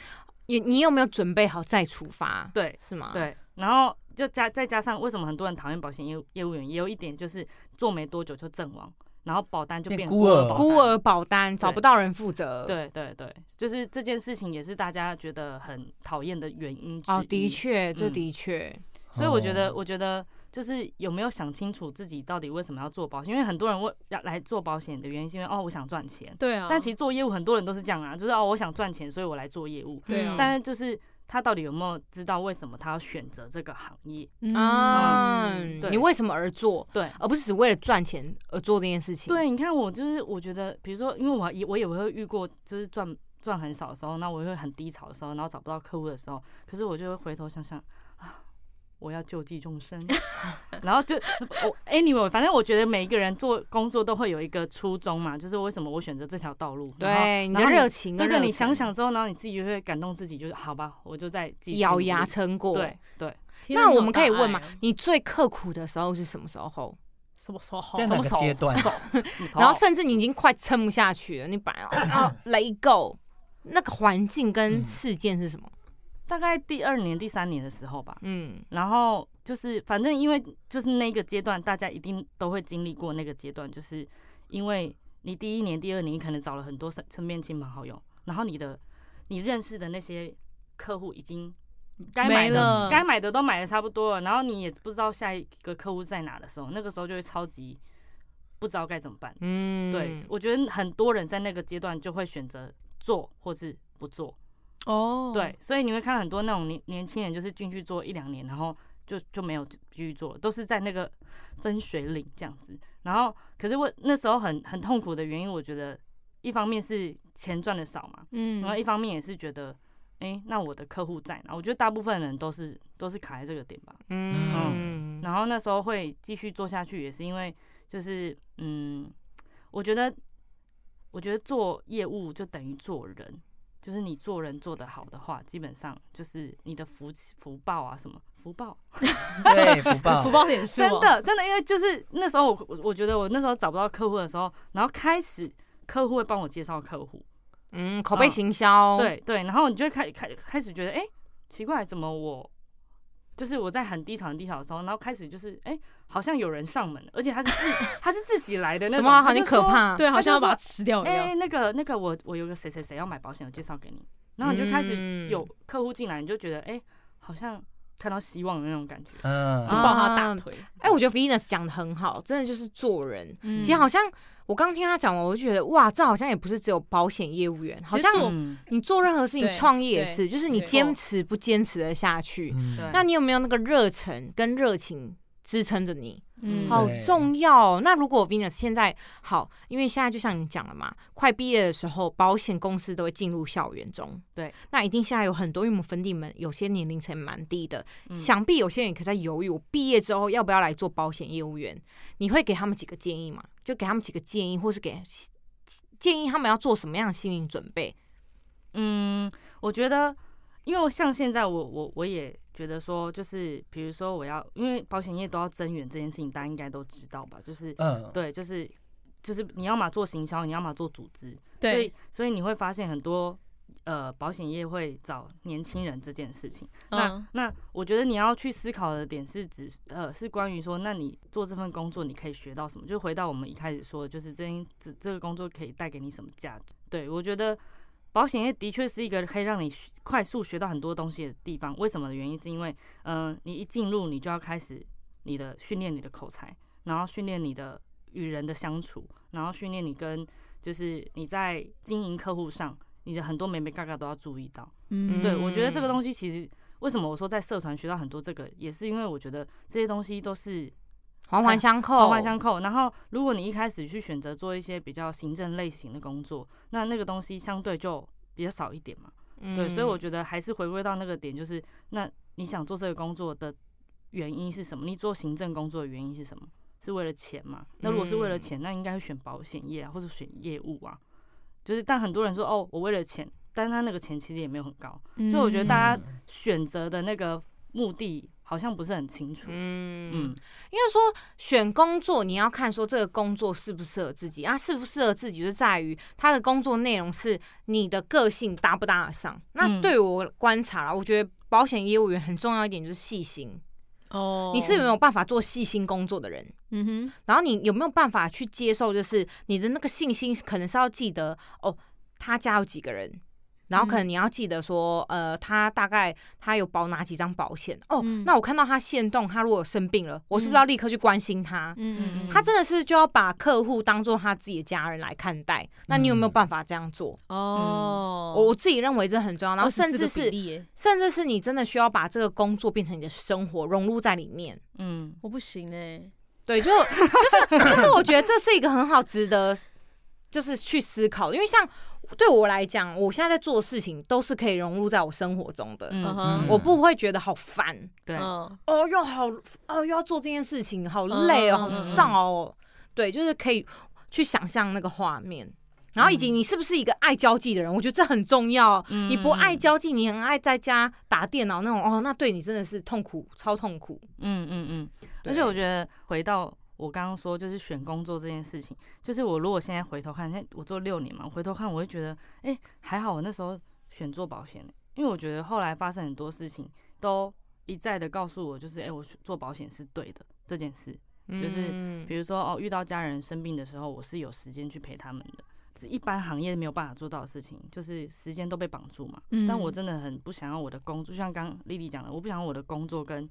S5: 你你有没有准备好再出发？，
S6: 对
S5: 是吗？，
S6: 对，然后就加再加上为什么很多人讨厌保险业务业务员，也有一点就是做没多久就阵亡，然后保单就
S4: 变
S6: 变
S4: 孤儿
S6: 保单
S5: 孤。儿保单找
S6: 对
S5: 不到人负责。，
S6: 对对对，就是这件事情也是大家觉得很讨厌的原因之一。
S5: 哦，的确，这
S6: 嗯
S5: 的确，
S6: 所以我觉得，
S4: 哦
S6: 我觉得就是有没有想清楚自己到底为什么要做保险？因为很多人为来来做保险的原因是因为哦，我想赚钱。
S3: 对
S5: 嗯
S3: 啊，
S6: 但其实做业务很多人都是这样啊，就是哦，我想赚钱，所以我来做业务。
S3: 对啊
S5: 嗯
S6: 但是就是他到底有没有知道为什么他要选择这个行业？
S3: 嗯
S5: 啊、
S6: 嗯对
S5: 你为什么而做，
S6: 对。
S5: 而不是只为了赚钱而做这件事情？，
S6: 对，你看我就是，我觉得，比如说，因为我也我也会遇过，就是赚赚很少的时候，那我会很低潮的时候，然后找不到客户的时候，可是我就会回头想想啊，我要救济众生， 然后就我 anyway，反正我觉得每一个人做工作都会有一个初衷嘛，就是为什么我选择这条道路，然后
S5: 对，你的
S6: 然后
S5: 热情跟
S6: 对
S5: 热
S6: 对，
S5: 忱，
S6: 你想想之后，然后你自己就会感动自己，就是好吧，我就再继续
S5: 咬
S6: 努
S5: 牙
S6: 力。
S5: 撑过。
S6: 对，对，
S3: 天哪
S5: 那我们可
S3: 你
S5: 以
S3: 好大
S5: 问嘛
S3: 爱哦？
S5: 你最刻苦的时候是什么时候？
S3: 什么时候？
S4: 在
S6: 什
S4: 哪
S6: 么
S4: 个
S6: 时候
S4: 阶段？
S6: 什么时候
S5: 然后甚至你已经快撑不下去了，你本来啊雷够，那个环境跟
S4: 嗯
S5: 事件是什么？
S6: 大概第二年、第三年的时候吧。
S5: 嗯
S6: 然后就是，反正因为就是那个阶段，大家一定都会经历过那个阶段，就是因为你第一年、第二年，你可能找了很多身身边亲朋好友，然后你的你认识的那些客户已经该买
S3: 没
S6: 的
S3: 了，
S6: 该买的都买的差不多了，然后你也不知道下一个客户在哪的时候，那个时候就会超级不知道该怎么办。
S5: 嗯
S6: 对，我觉得很多人在那个阶段就会选择做或是不做。
S3: 哦，
S6: 对，，所以你会看很多那种年年轻人，就是进去做一两年，然后就就没有继续做，都是在那个分水岭这样子。然后，可是我那时候很很痛苦的原因，我觉得一方面是钱赚的少嘛，
S3: 嗯
S6: 然后一方面也是觉得，诶，那我的客户在哪？我觉得大部分人都是都是卡在这个点吧。
S5: 嗯，
S6: 然后那时候会继续做下去，也是因为就是嗯，我觉得我觉得做业务就等于做人，就是你做人做得好的话，基本上就是你的福气福报啊什么福报，
S4: 对，福报
S3: 福，报点数、啊
S6: 真，的真的，因为就是那时候我我我觉得我那时候找不到客户的时候，然后开始客户会帮我介绍客户，
S5: 嗯，口碑行销，，
S6: 对对，然后你就会开开开始觉得，哎、奇怪，怎么我就是我在很低潮很低潮的时候，然后开始就是，哎、好像有人上门了，而且他是自他是自己来的那
S5: 怎
S6: 种，
S5: 么啊
S6: 他
S5: 好像
S6: 就
S5: 可
S6: 说。
S5: 怕？
S3: 对，好像要把它
S6: 他
S3: 吃掉一
S6: 哎、
S3: 样。
S6: 那个那个我，我有个谁谁谁要买保险，我介绍给你，然后你就开始
S5: 始
S6: 有客户进来，你就觉得，哎、好像看到希望的那种感觉。
S4: 嗯，
S3: 就抱
S6: 啊
S3: 他大腿，
S5: 哎、我觉得 Venus 讲的很好，真的就是做人。
S3: 嗯
S5: 其实好像我刚听他讲完，我就觉得哇，这好像也不是只有保险业务员，好像
S3: 其实做
S6: 嗯，
S5: 你做任何事情，
S3: 对
S5: 创业也
S3: 对
S5: 是，就是你
S3: 没错
S5: 坚持不坚持的下去。
S4: 嗯
S6: 对
S5: 那你有没有那个热忱跟热情支撑着你？
S3: 嗯，
S5: 好
S4: 对
S5: 重要、哦。那如果 Venus 现在好，因为现在就像你讲了嘛，快毕业的时候，保险公司都会进入校园中。
S6: 对，
S5: 那一定现在有很多，因为我们粉底们有些年龄层蛮低的，
S6: 嗯
S5: 想必有些人可能在犹豫，我毕业之后要不要来做保险业务员？你会给他们几个建议吗？就给他们几个建议，或是给建议他们要做什么样的心理准备？
S6: 嗯，我觉得，因为像现在我我我也觉得说，就是比如说我要，因为保险业都要增援这件事情，大家应该都知道吧？就是
S4: 嗯，
S6: 对，就是就是你要么做行销，你要么做组织，所
S3: 对
S6: 以，所以你会发现很多呃保险业会找年轻人这件事情。
S3: 嗯，
S6: 那那我觉得你要去思考的点是指呃是关于说，那你做这份工作你可以学到什么？就回到我们一开始说的，就是这件这这个工作可以带给你什么价值？对我觉得保险业的确是一个可以让你学快速学到很多东西的地方。为什么的原因是因为，嗯、你一进入你就要开始你的训练你的口才，然后训练你的呃与人的相处，然后训练你跟就是你在经营客户上，你的很多美美嘎嘎都要注意到。
S3: 嗯，
S6: 对，我觉得这个
S5: 嗯
S6: 东西其实为什么我说在社团学到很多这个，也是因为我觉得这些东西都是
S5: 环环相扣，
S6: 环环相扣。然后，如果你一开始去选择做一些比较行政类型的工作，那那个东西相对就比较少一点嘛。
S5: 嗯
S6: 对，所以我觉得还是回归到那个点，就是那你想做这个工作的原因是什么？你做行政工作的原因是什么？是为了钱嘛？那如果是为了
S5: 嗯
S6: 钱，那应该会选保险业啊，或者选业务啊。就是，但很多人说哦，我为了钱，但他那个钱其实也没有很高。
S3: 嗯
S6: 就我觉得大家
S4: 嗯
S6: 选择的那个目的好像不是很清楚。
S5: 嗯
S6: 嗯，
S5: 应该说，选工作你要看说这个工作适不适合自己啊，适不适合自己就在于他的工作内容是你的个性搭不搭得上。那
S6: 嗯
S5: 对我观察啦，我觉得保险业务员很重要一点就是细心，
S3: 哦，
S5: 你是有没有办法做细心工作的人？
S3: 嗯哼，
S5: 然后你有没有办法去接受，就是你的那个信心可能是要记得哦，他家有几个人，然后
S3: 嗯
S5: 可能你要记得说，呃，他大概他有保哪几张保险哦。
S3: 嗯
S5: 那我看到他限动，他如果有生病了，我是不是要立刻去关心他？
S3: 嗯嗯，
S5: 他真的是就要把客户当做他自己的家人来看待。那你有没有办法这样做？
S3: 嗯哦，
S5: 我我自己认为这很重要，然后甚
S3: 24
S5: 至
S3: 个比
S5: 是
S3: 例耶
S5: 甚至是你真的需要把这个工作变成你的生活，融入在里 面。
S6: 嗯，
S3: 我不行哎，
S5: 对，就就是就是，我觉得这是一个很好值得，就是去思考的，因为像对我来讲，我现在在做的事情都是可以融入在我生活中的，
S6: 嗯
S3: 嗯哼
S5: 我不会觉得好烦
S6: 对，
S3: 嗯
S5: 哦，又好哦，又要做这件事情，好累哦，
S3: 嗯嗯嗯
S5: 好燥哦，对，就是可以去想象那个画面。然后以及你是不是一个爱交际的人，我觉得这很重要。
S6: 嗯
S5: 你不爱交际，你很爱在家打电脑那种，哦，那对你真的是痛苦，超痛苦。
S6: 嗯嗯嗯。
S5: 对
S6: 而且我觉得回到我刚刚说，就是选工作这件事情，就是我如果现在回头看，现在我做六年嘛，回头看我会觉得，哎、还好我那时候选做保险、因为我觉得后来发生很多事情都一再的告诉我，就是哎、诶我做保险是对的这件事。就是
S5: 嗯
S6: 比如说哦，遇到家人生病的时候，我是有时间去陪他们的，是一般行业没有办法做到的事情，就是时间都被绑住嘛。
S3: 嗯
S6: 但我真的很不想要我的工作，就像刚刚丽丽讲的，我不想要我的工作跟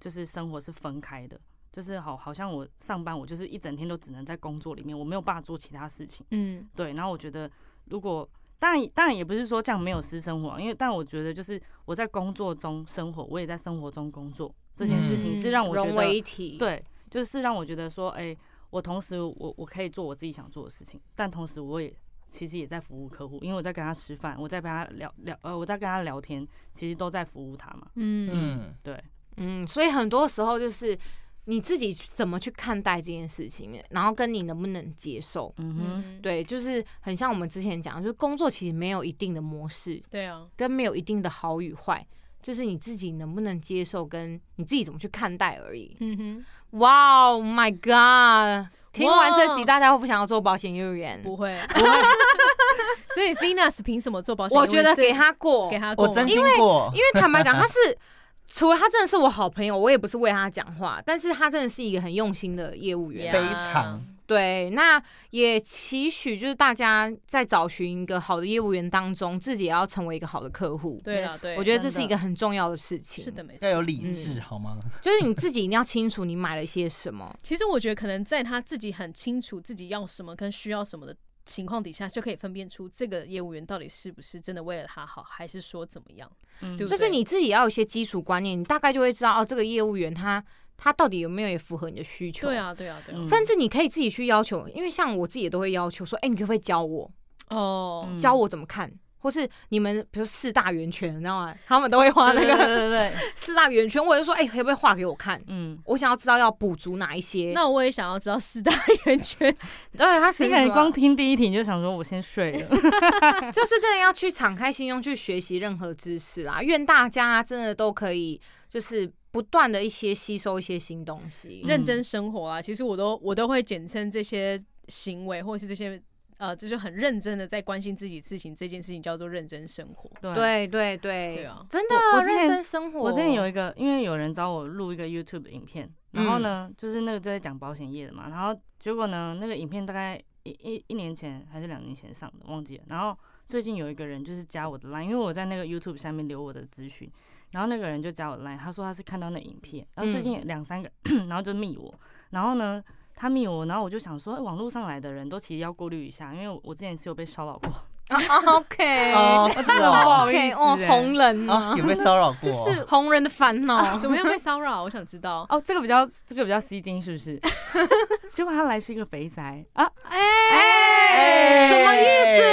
S6: 就是生活是分开的，就是好好像我上班我就是一整天都只能在工作里面，我没有办法做其他事情。
S3: 嗯
S6: 对，然后我觉得如果当然当然也不是说这样没有私生活，因为但我觉得就是我在工作中生活，我也在生活中工作这件事情是
S3: 嗯
S6: 让我觉
S5: 融
S6: 得、
S5: 为一体。，
S6: 对，就是让我觉得说，哎、我同时我我可以做我自己想做的事情，但同时我也其实也在服务客户，因为我在跟他吃饭，我在跟他聊聊，呃，我在跟他聊天，其实都在服务他嘛。
S3: 嗯
S4: 嗯，
S6: 对，
S5: 嗯，所以很多时候就是你自己怎么去看待这件事情，然后跟你能不能接受。
S6: 嗯哼，
S3: 嗯，
S5: 对，就是很像我们之前讲，就是工作其实没有一定的模式，
S3: 对啊，
S5: 跟没有一定的好与坏，就是你自己能不能接受，跟你自己怎么去看待而已。
S3: 嗯哼，
S5: 哇、哦 m y God！听完这集，
S3: 哇
S5: 大家会不想要做保险业务员？
S3: 不会， 所以 Venus 凭什么做保险业务
S5: 我
S3: 员？
S5: 觉得给他过，
S3: 给他过
S4: 嗯我
S3: 吗
S4: 真心过，
S5: 因为坦 白讲，他是除了他真的是我好朋友，我也不是为他讲话，但是他真的是一个很用心的业务员。啊
S4: 非常
S5: 对，那也期许就是大家在找寻一个好的业务员当中，自己也要成为一个好的客户。
S3: 对了，对，
S5: 我觉得这
S6: 真
S5: 是一
S6: 的
S5: 个很重要的事情。
S3: 是的，，没
S4: 要
S3: 错。
S4: 有理智好吗？
S5: 就是你自己一定要清楚你买了些什 么。
S3: 其实我觉得可能在他自己很清楚自己要什么跟需要什么的情况底下，就可以分辨出这个业务员到底是不是真的为了他好，还是说怎么样。
S6: 嗯
S3: 对不
S5: 就
S3: 对
S5: 是你自己要有一些基础观念，你大概就会知道哦，这个业务员他他到底有没有也符合你的需求。
S3: 对，啊，对啊，对啊。
S6: 嗯
S5: 甚至你可以自己去要求，因为像我自己也都会要求说，哎、你可不可以教我
S3: 哦，
S6: 嗯
S5: 教我怎么看？或是你们比如说四大圆圈，你知道吗？他们都会画
S6: 啊，
S5: 那
S6: 对对对
S5: 个
S6: 对 对，
S5: 四大圆圈，我就说，哎、可不可以画给我看？
S6: 嗯，
S5: 我想要知道要补足哪一些。
S3: 那我也想要知道四大圆圈。
S5: 对他
S6: 你
S5: 是
S6: 可能光听第一题你就想说我先 睡了，
S5: 就是真的要去敞开心胸去学习任何知识啦。愿大家真的都可以，就是不断的一些吸收一些新东西。
S3: 认真生活啊，其实我都我都会简称这些行为或是这些呃，这就很认真的在关心自己事情这件事情叫做认真生活。
S6: 嗯对
S5: 对对对，
S3: 对啊
S5: 真的
S6: 我我之前
S5: 认真生活。
S6: 我之前有一个，因为有人找我录一个 YouTube 的影片，然后呢，就是那个就在讲保险业的嘛，然后结果呢，那个影片大概一一一年前还是两年前上的，忘记了。然后最近有一个人就是加我的 line，因为我在那个 YouTube 下面留我的资讯，然后那个人就加我的 line，他说他是看到那影片，然后最近两三个， 然后就密我，然后呢。他密我，然后我就想说，哎网络上来的人都其实要过滤一下，因为我我之前是有被骚扰过，
S5: 啊 OK，
S4: 哦是哦
S5: OK，
S6: 不
S5: 哦
S6: 好意，思欸
S5: 红人
S4: 啊，
S5: 啊，
S4: 有被骚扰过，
S6: 就是
S5: 红人的烦
S6: 啊
S5: 恼。
S3: 怎么样被骚扰？我想知道。
S6: 哦，这个比较这个比较吸睛，是不是？ 结果他来是一个肥宅啊，
S5: 哎，
S4: 哎
S5: 什么意思？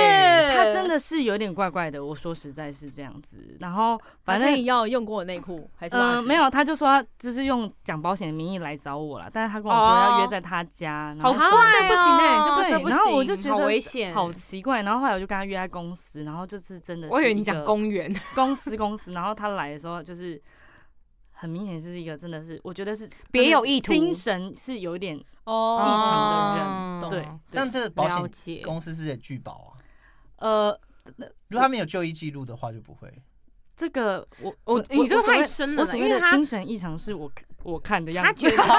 S6: 他真的是有点怪怪的。我说实在是这样子，然后 反
S3: 反正
S6: 正
S3: 你要用过我内裤还是袜
S6: 嗯、
S3: 子
S6: 没有，他就说他就是用讲保险的名义来找我了，但是他跟我说要约在他家，然
S5: 好
S6: 后
S5: 怪欸
S3: 啊
S5: 哦，
S3: 这不行欸这不
S5: 对
S3: 行
S6: 对，然后我就
S5: 行
S6: 觉得
S5: 好危险。
S6: 好奇怪，然后后来我就跟他约在公司，然后就是真的是一个，呃
S5: 我以为你讲公 园，
S6: 公司公司，然后他来的时候就是。很明显是一个，真的是，我觉得是
S5: 别有
S6: 真的是
S5: 意图
S6: 精神是有一点异
S3: 哦，
S6: 常的人
S5: 哦
S6: 对
S5: 懂
S4: 这样这个保
S5: 了解
S4: 险公司是也拒保啊。
S6: 呃，
S4: 如果他没有就医记录的话，就不会。
S6: 这个我
S5: 我你这个
S6: 所谓
S5: 太深了
S6: 我
S5: 啦，
S6: 所
S5: 因
S6: 谓
S5: 为
S6: 的
S5: 他
S6: 精神异常是我看我看的样
S5: 他
S6: 子，
S5: 觉得他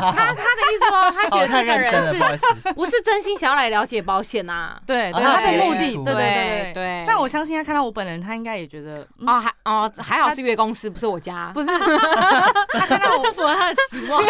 S5: 他
S4: 他
S5: 的意思说， 他觉得
S4: 哦太
S5: 这个
S4: 认真了，不好
S5: 人
S4: 意 思。
S5: 是不是真心想要来了解保险啊？
S6: 对对，
S4: 哦
S6: 他
S4: 他
S6: 的
S4: 有
S6: 目
S4: 别
S6: 的，
S4: 的意图
S6: 对对对。
S5: 对
S6: 但我相信他看到我本人，他应该也觉得嗯
S5: 哎哦还哦还好是约公司，不是我家。
S6: 不是，他看到我，
S3: 不符合他的期望。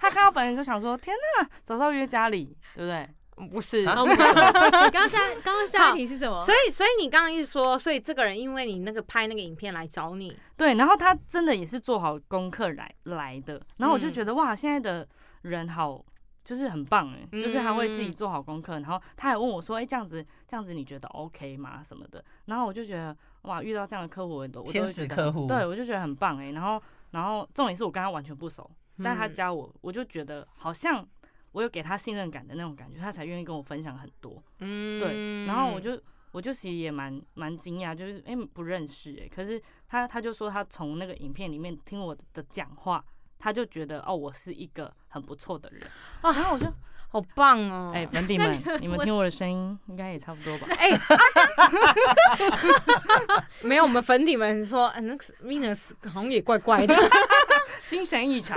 S6: 他看到本人就想说，天哪，早知道约家里，对不对？
S5: 不是
S4: 啊
S3: 好，我们下刚刚下刚刚下一题是什么？
S5: 所以所以你刚刚一说，所以这个人因为你那个拍那个影片来找你，
S6: 对，然后他真的也是做好功课来来的，然后我就
S5: 嗯
S6: 觉得哇，现在的人好。就是很棒哎，就是他会自己
S5: 嗯
S6: 做好功课，然后他还问我说：“哎、这样子，这样子你觉得 OK 吗？什么的？”然后我就觉得哇，遇到这样的客户，我都我都
S4: 天
S6: 会觉
S4: 使
S6: 得
S4: 客
S6: 很
S5: 嗯
S4: 户
S6: 对我就觉得很棒哎。然后，然后重点是我跟他完全不熟，但他
S5: 嗯
S6: 加我，我就觉得好像我有给他信任感的那种感觉，他才愿意跟我分享很多。
S5: 嗯
S6: 对，然后我就我就其实也蛮蛮惊讶，就是哎、诶不认识哎、可是他他就说他从那个影片里面听我的讲话，他就觉得哦我是一个很不错的人，
S5: 啊
S6: 然后我就
S5: 好棒哦，
S6: 哎、粉底们，你们听我的声音应该也差不多吧？
S5: 哎、啊 没有，我们粉底们说，嗯、那个 Venus 好像也怪怪的。
S6: 精神 异常，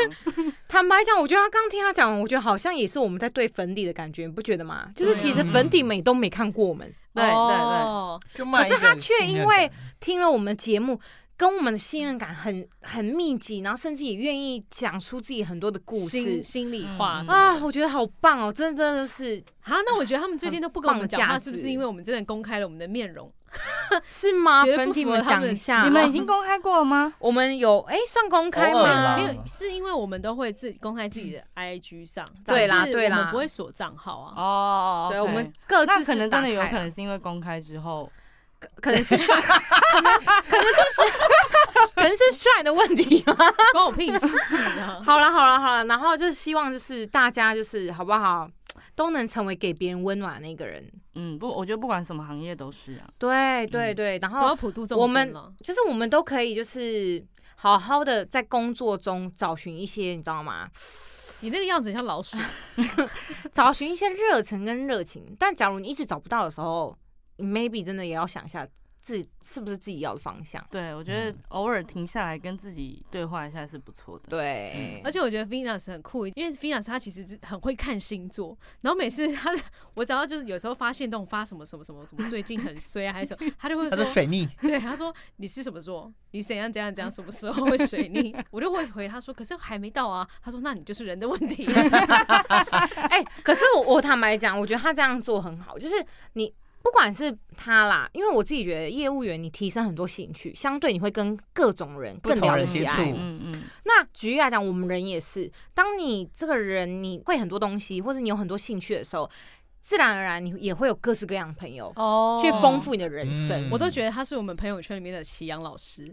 S5: 坦白讲，我觉得他刚听他讲，我觉得好像也是我们在对粉底的感觉，你不觉得吗？就是其实
S4: 嗯
S5: 粉底们也都没看过我们，
S6: 对对对，
S3: 哦
S4: 就卖一个
S5: 可是他却因为
S4: 信任感
S5: 听了我们节目，跟我们的信任感很很密集，然后甚至也愿意讲出自己很多的故
S3: 心
S5: 事
S3: 心里话
S6: 嗯
S3: 什么
S5: 啊，
S3: 的
S5: 我觉得好棒哦，真的真的是
S3: 啊，那我觉得他们最近都不跟我们
S5: 很棒的
S3: 讲话，
S5: 价
S3: 是不是
S5: 值
S3: 因为我们真的公开了我们的面容？
S5: 是吗？
S3: 绝对不
S5: 粉体
S3: 符合
S5: 们
S3: 他们
S5: 讲
S3: 的期
S5: 一下，
S3: 望
S6: 你们已经公开过了吗？
S5: 我们有哎、算公开
S4: 偶尔
S5: 吗
S4: 啦？
S3: 因为是因为我们都会自己公开自己的 IG 上，
S5: 嗯对啦
S3: 但是
S5: 对啦
S3: 我们不会锁账号啊。
S6: 哦，
S5: 对，
S6: OK
S5: 我们各自
S6: 那
S5: 是
S6: 可能真的有
S5: 打开
S6: 可能是因为公开之后，
S5: 可可能是帅， 可能可能是帅， 可能是帅的问题吗？
S3: 关我屁事啊！
S5: 好了好了好了，然后就是希望就是大家就是好不好，都能成为给别人温暖的那个人。
S6: 嗯，不，我觉得不管什么行业都是啊，
S5: 对对对，然
S3: 不要
S5: 后
S3: 普度众
S5: 我
S3: 生啊
S5: 们
S3: 了。
S5: 就是我们都可以就是好好的在工作中找寻一些你知道吗？
S3: 你那个样子很像老 鼠，
S5: 找寻一些热忱跟热情。但假如你一直找不到的时候，你 maybe 真的也要想一下自己是不是自己要的方向。
S6: 对我觉得偶尔停下来跟自己对话一下是不错的。
S5: 对，
S3: 而且我觉得 Venus 很酷，因为 Venus 她其实是很会看星座，然后每次她我只要就是有时候发现动发什么什么什么什么，最近很衰啊还是 什么，她就会
S4: 他说
S3: 说，
S4: 水逆，
S3: 对，她说你是什么座，你怎样怎样怎样，什么时候会水逆，我就会回她说，可是还没到啊，她说那你就是人的问题啊，
S5: 哎、可是我我坦白讲，我觉得他这样做很好，就是你不管是他啦，因为我自己觉得业务员你提升很多兴趣，相对你会跟各种人
S4: 不
S5: 更
S4: 同
S5: 了
S4: 人
S5: 解
S4: 接
S5: 爱
S4: 触
S6: 嗯嗯，
S5: 那举例来讲，我们人也是，当你这个人你会很多东西，或者你有很多兴趣的时候，自然而然你也会有各式各样的朋友。
S3: 哦
S5: 去丰富你的人生
S4: 嗯，
S3: 我都觉得他是我们朋友圈里面的祁阳老师，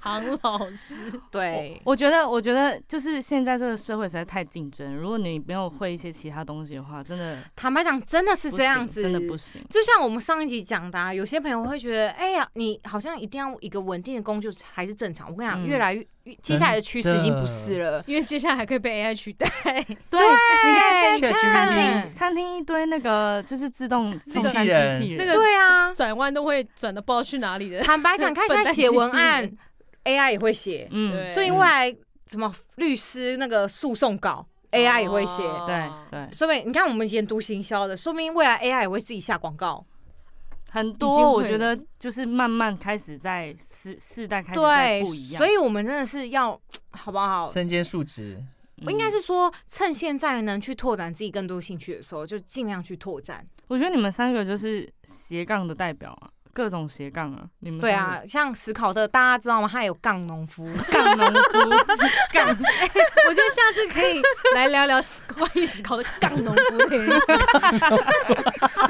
S3: 唐老师。
S5: 对，
S6: 我觉得，我觉得就是现在这个社会实在太竞争，如果你没有会一些其他东西的话，真的
S5: 坦白讲，真的是
S6: 不
S5: 这样
S6: 行
S5: 子，
S6: 真的不行。
S5: 就像我们上一集讲的、啊，有些朋友会觉得，哎呀，你好像一定要一个稳定的工作才是正常。我跟你讲，
S6: 嗯
S5: 越来越越接下来的趋势已经不是了。
S3: 因为接下来还可以被 AI 取代，
S6: 对，你看现在餐
S5: 餐
S6: 厅餐厅一堆那个就是自动
S4: 机器
S6: 送餐
S4: 人
S6: 机器人，
S3: 那个
S5: 对啊，
S3: 转弯都会转的不知道去哪里的。
S5: 坦白 讲，你看现在写文案
S3: 笨
S5: ，AI 也会写，
S6: 嗯，
S3: 对
S5: 所以未来什么律师那个诉讼稿，AI 也会写。
S3: 哦
S6: 对对，
S5: 说明你看我们研读行销的，说明未来 AI 也会自己下广告。
S6: 很
S3: 已经
S6: 多
S3: 会
S6: 我觉得就是慢慢开始在世世代开始在
S5: 对
S6: 不一，样，
S5: 所以我们真的是要好不好？
S4: 身兼数职，
S6: 嗯
S5: 我应该是说，趁现在能去拓展自己更多兴趣的时候，就尽量去拓展。
S6: 我觉得你们三个就是斜杠的代表啊，各种斜杠啊，你们
S5: 对
S6: 三个
S5: 啊，像史考特，大家知道吗？他有杠农夫，
S6: 杠农夫，杠
S3: 我觉得下次可以来聊聊关于史考的杠农夫这件事情，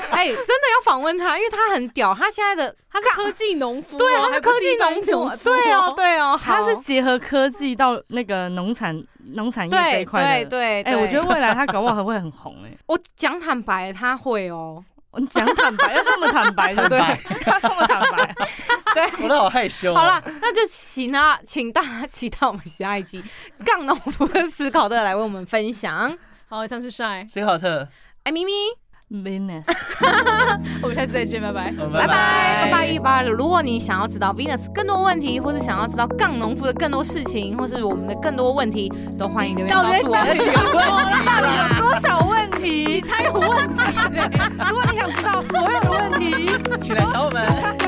S5: 哎、真的要访问他，因为他很屌，他现在的
S3: 他是科技农夫哦，啊
S5: 对，他
S3: 还
S5: 是
S3: 不
S5: 科技
S3: 一般
S5: 农
S3: 农
S5: 夫，对 哦，，对哦，
S6: 他
S5: 好
S6: 是结合科技到那个农产农产业这
S5: 对
S6: 一块
S5: 对
S6: 的。
S5: 对，
S6: 哎、
S5: 对
S6: 我觉得未来他搞不好还会很红哎、
S5: 我讲坦白，他会哦，
S6: 我讲坦白，要这么坦 白，对不对？要这么坦白，
S4: 我都好害
S6: 啊
S4: 羞哦。
S5: 好了，那就请啊，请大家 期待我们下一集杠农夫跟史考特来为我们分享。
S3: 好，上次帅，
S4: 史考特，
S5: 哎，咪咪，
S6: Venus，
S3: 我们下次再见，拜拜。
S4: 我们
S5: 拜拜
S4: 拜
S5: 拜拜一八六。如果你想要知道 Venus 更多问题，或是想要知道杠农夫的更多事情，或是我们的更多问题，都欢迎留言
S6: 到
S5: 告
S6: 底
S5: 诉我
S6: 在
S5: 们
S6: 讲。什么？多少问 题？你才有问题嘞！如果你想知道所有的问题。
S4: 请来找我们。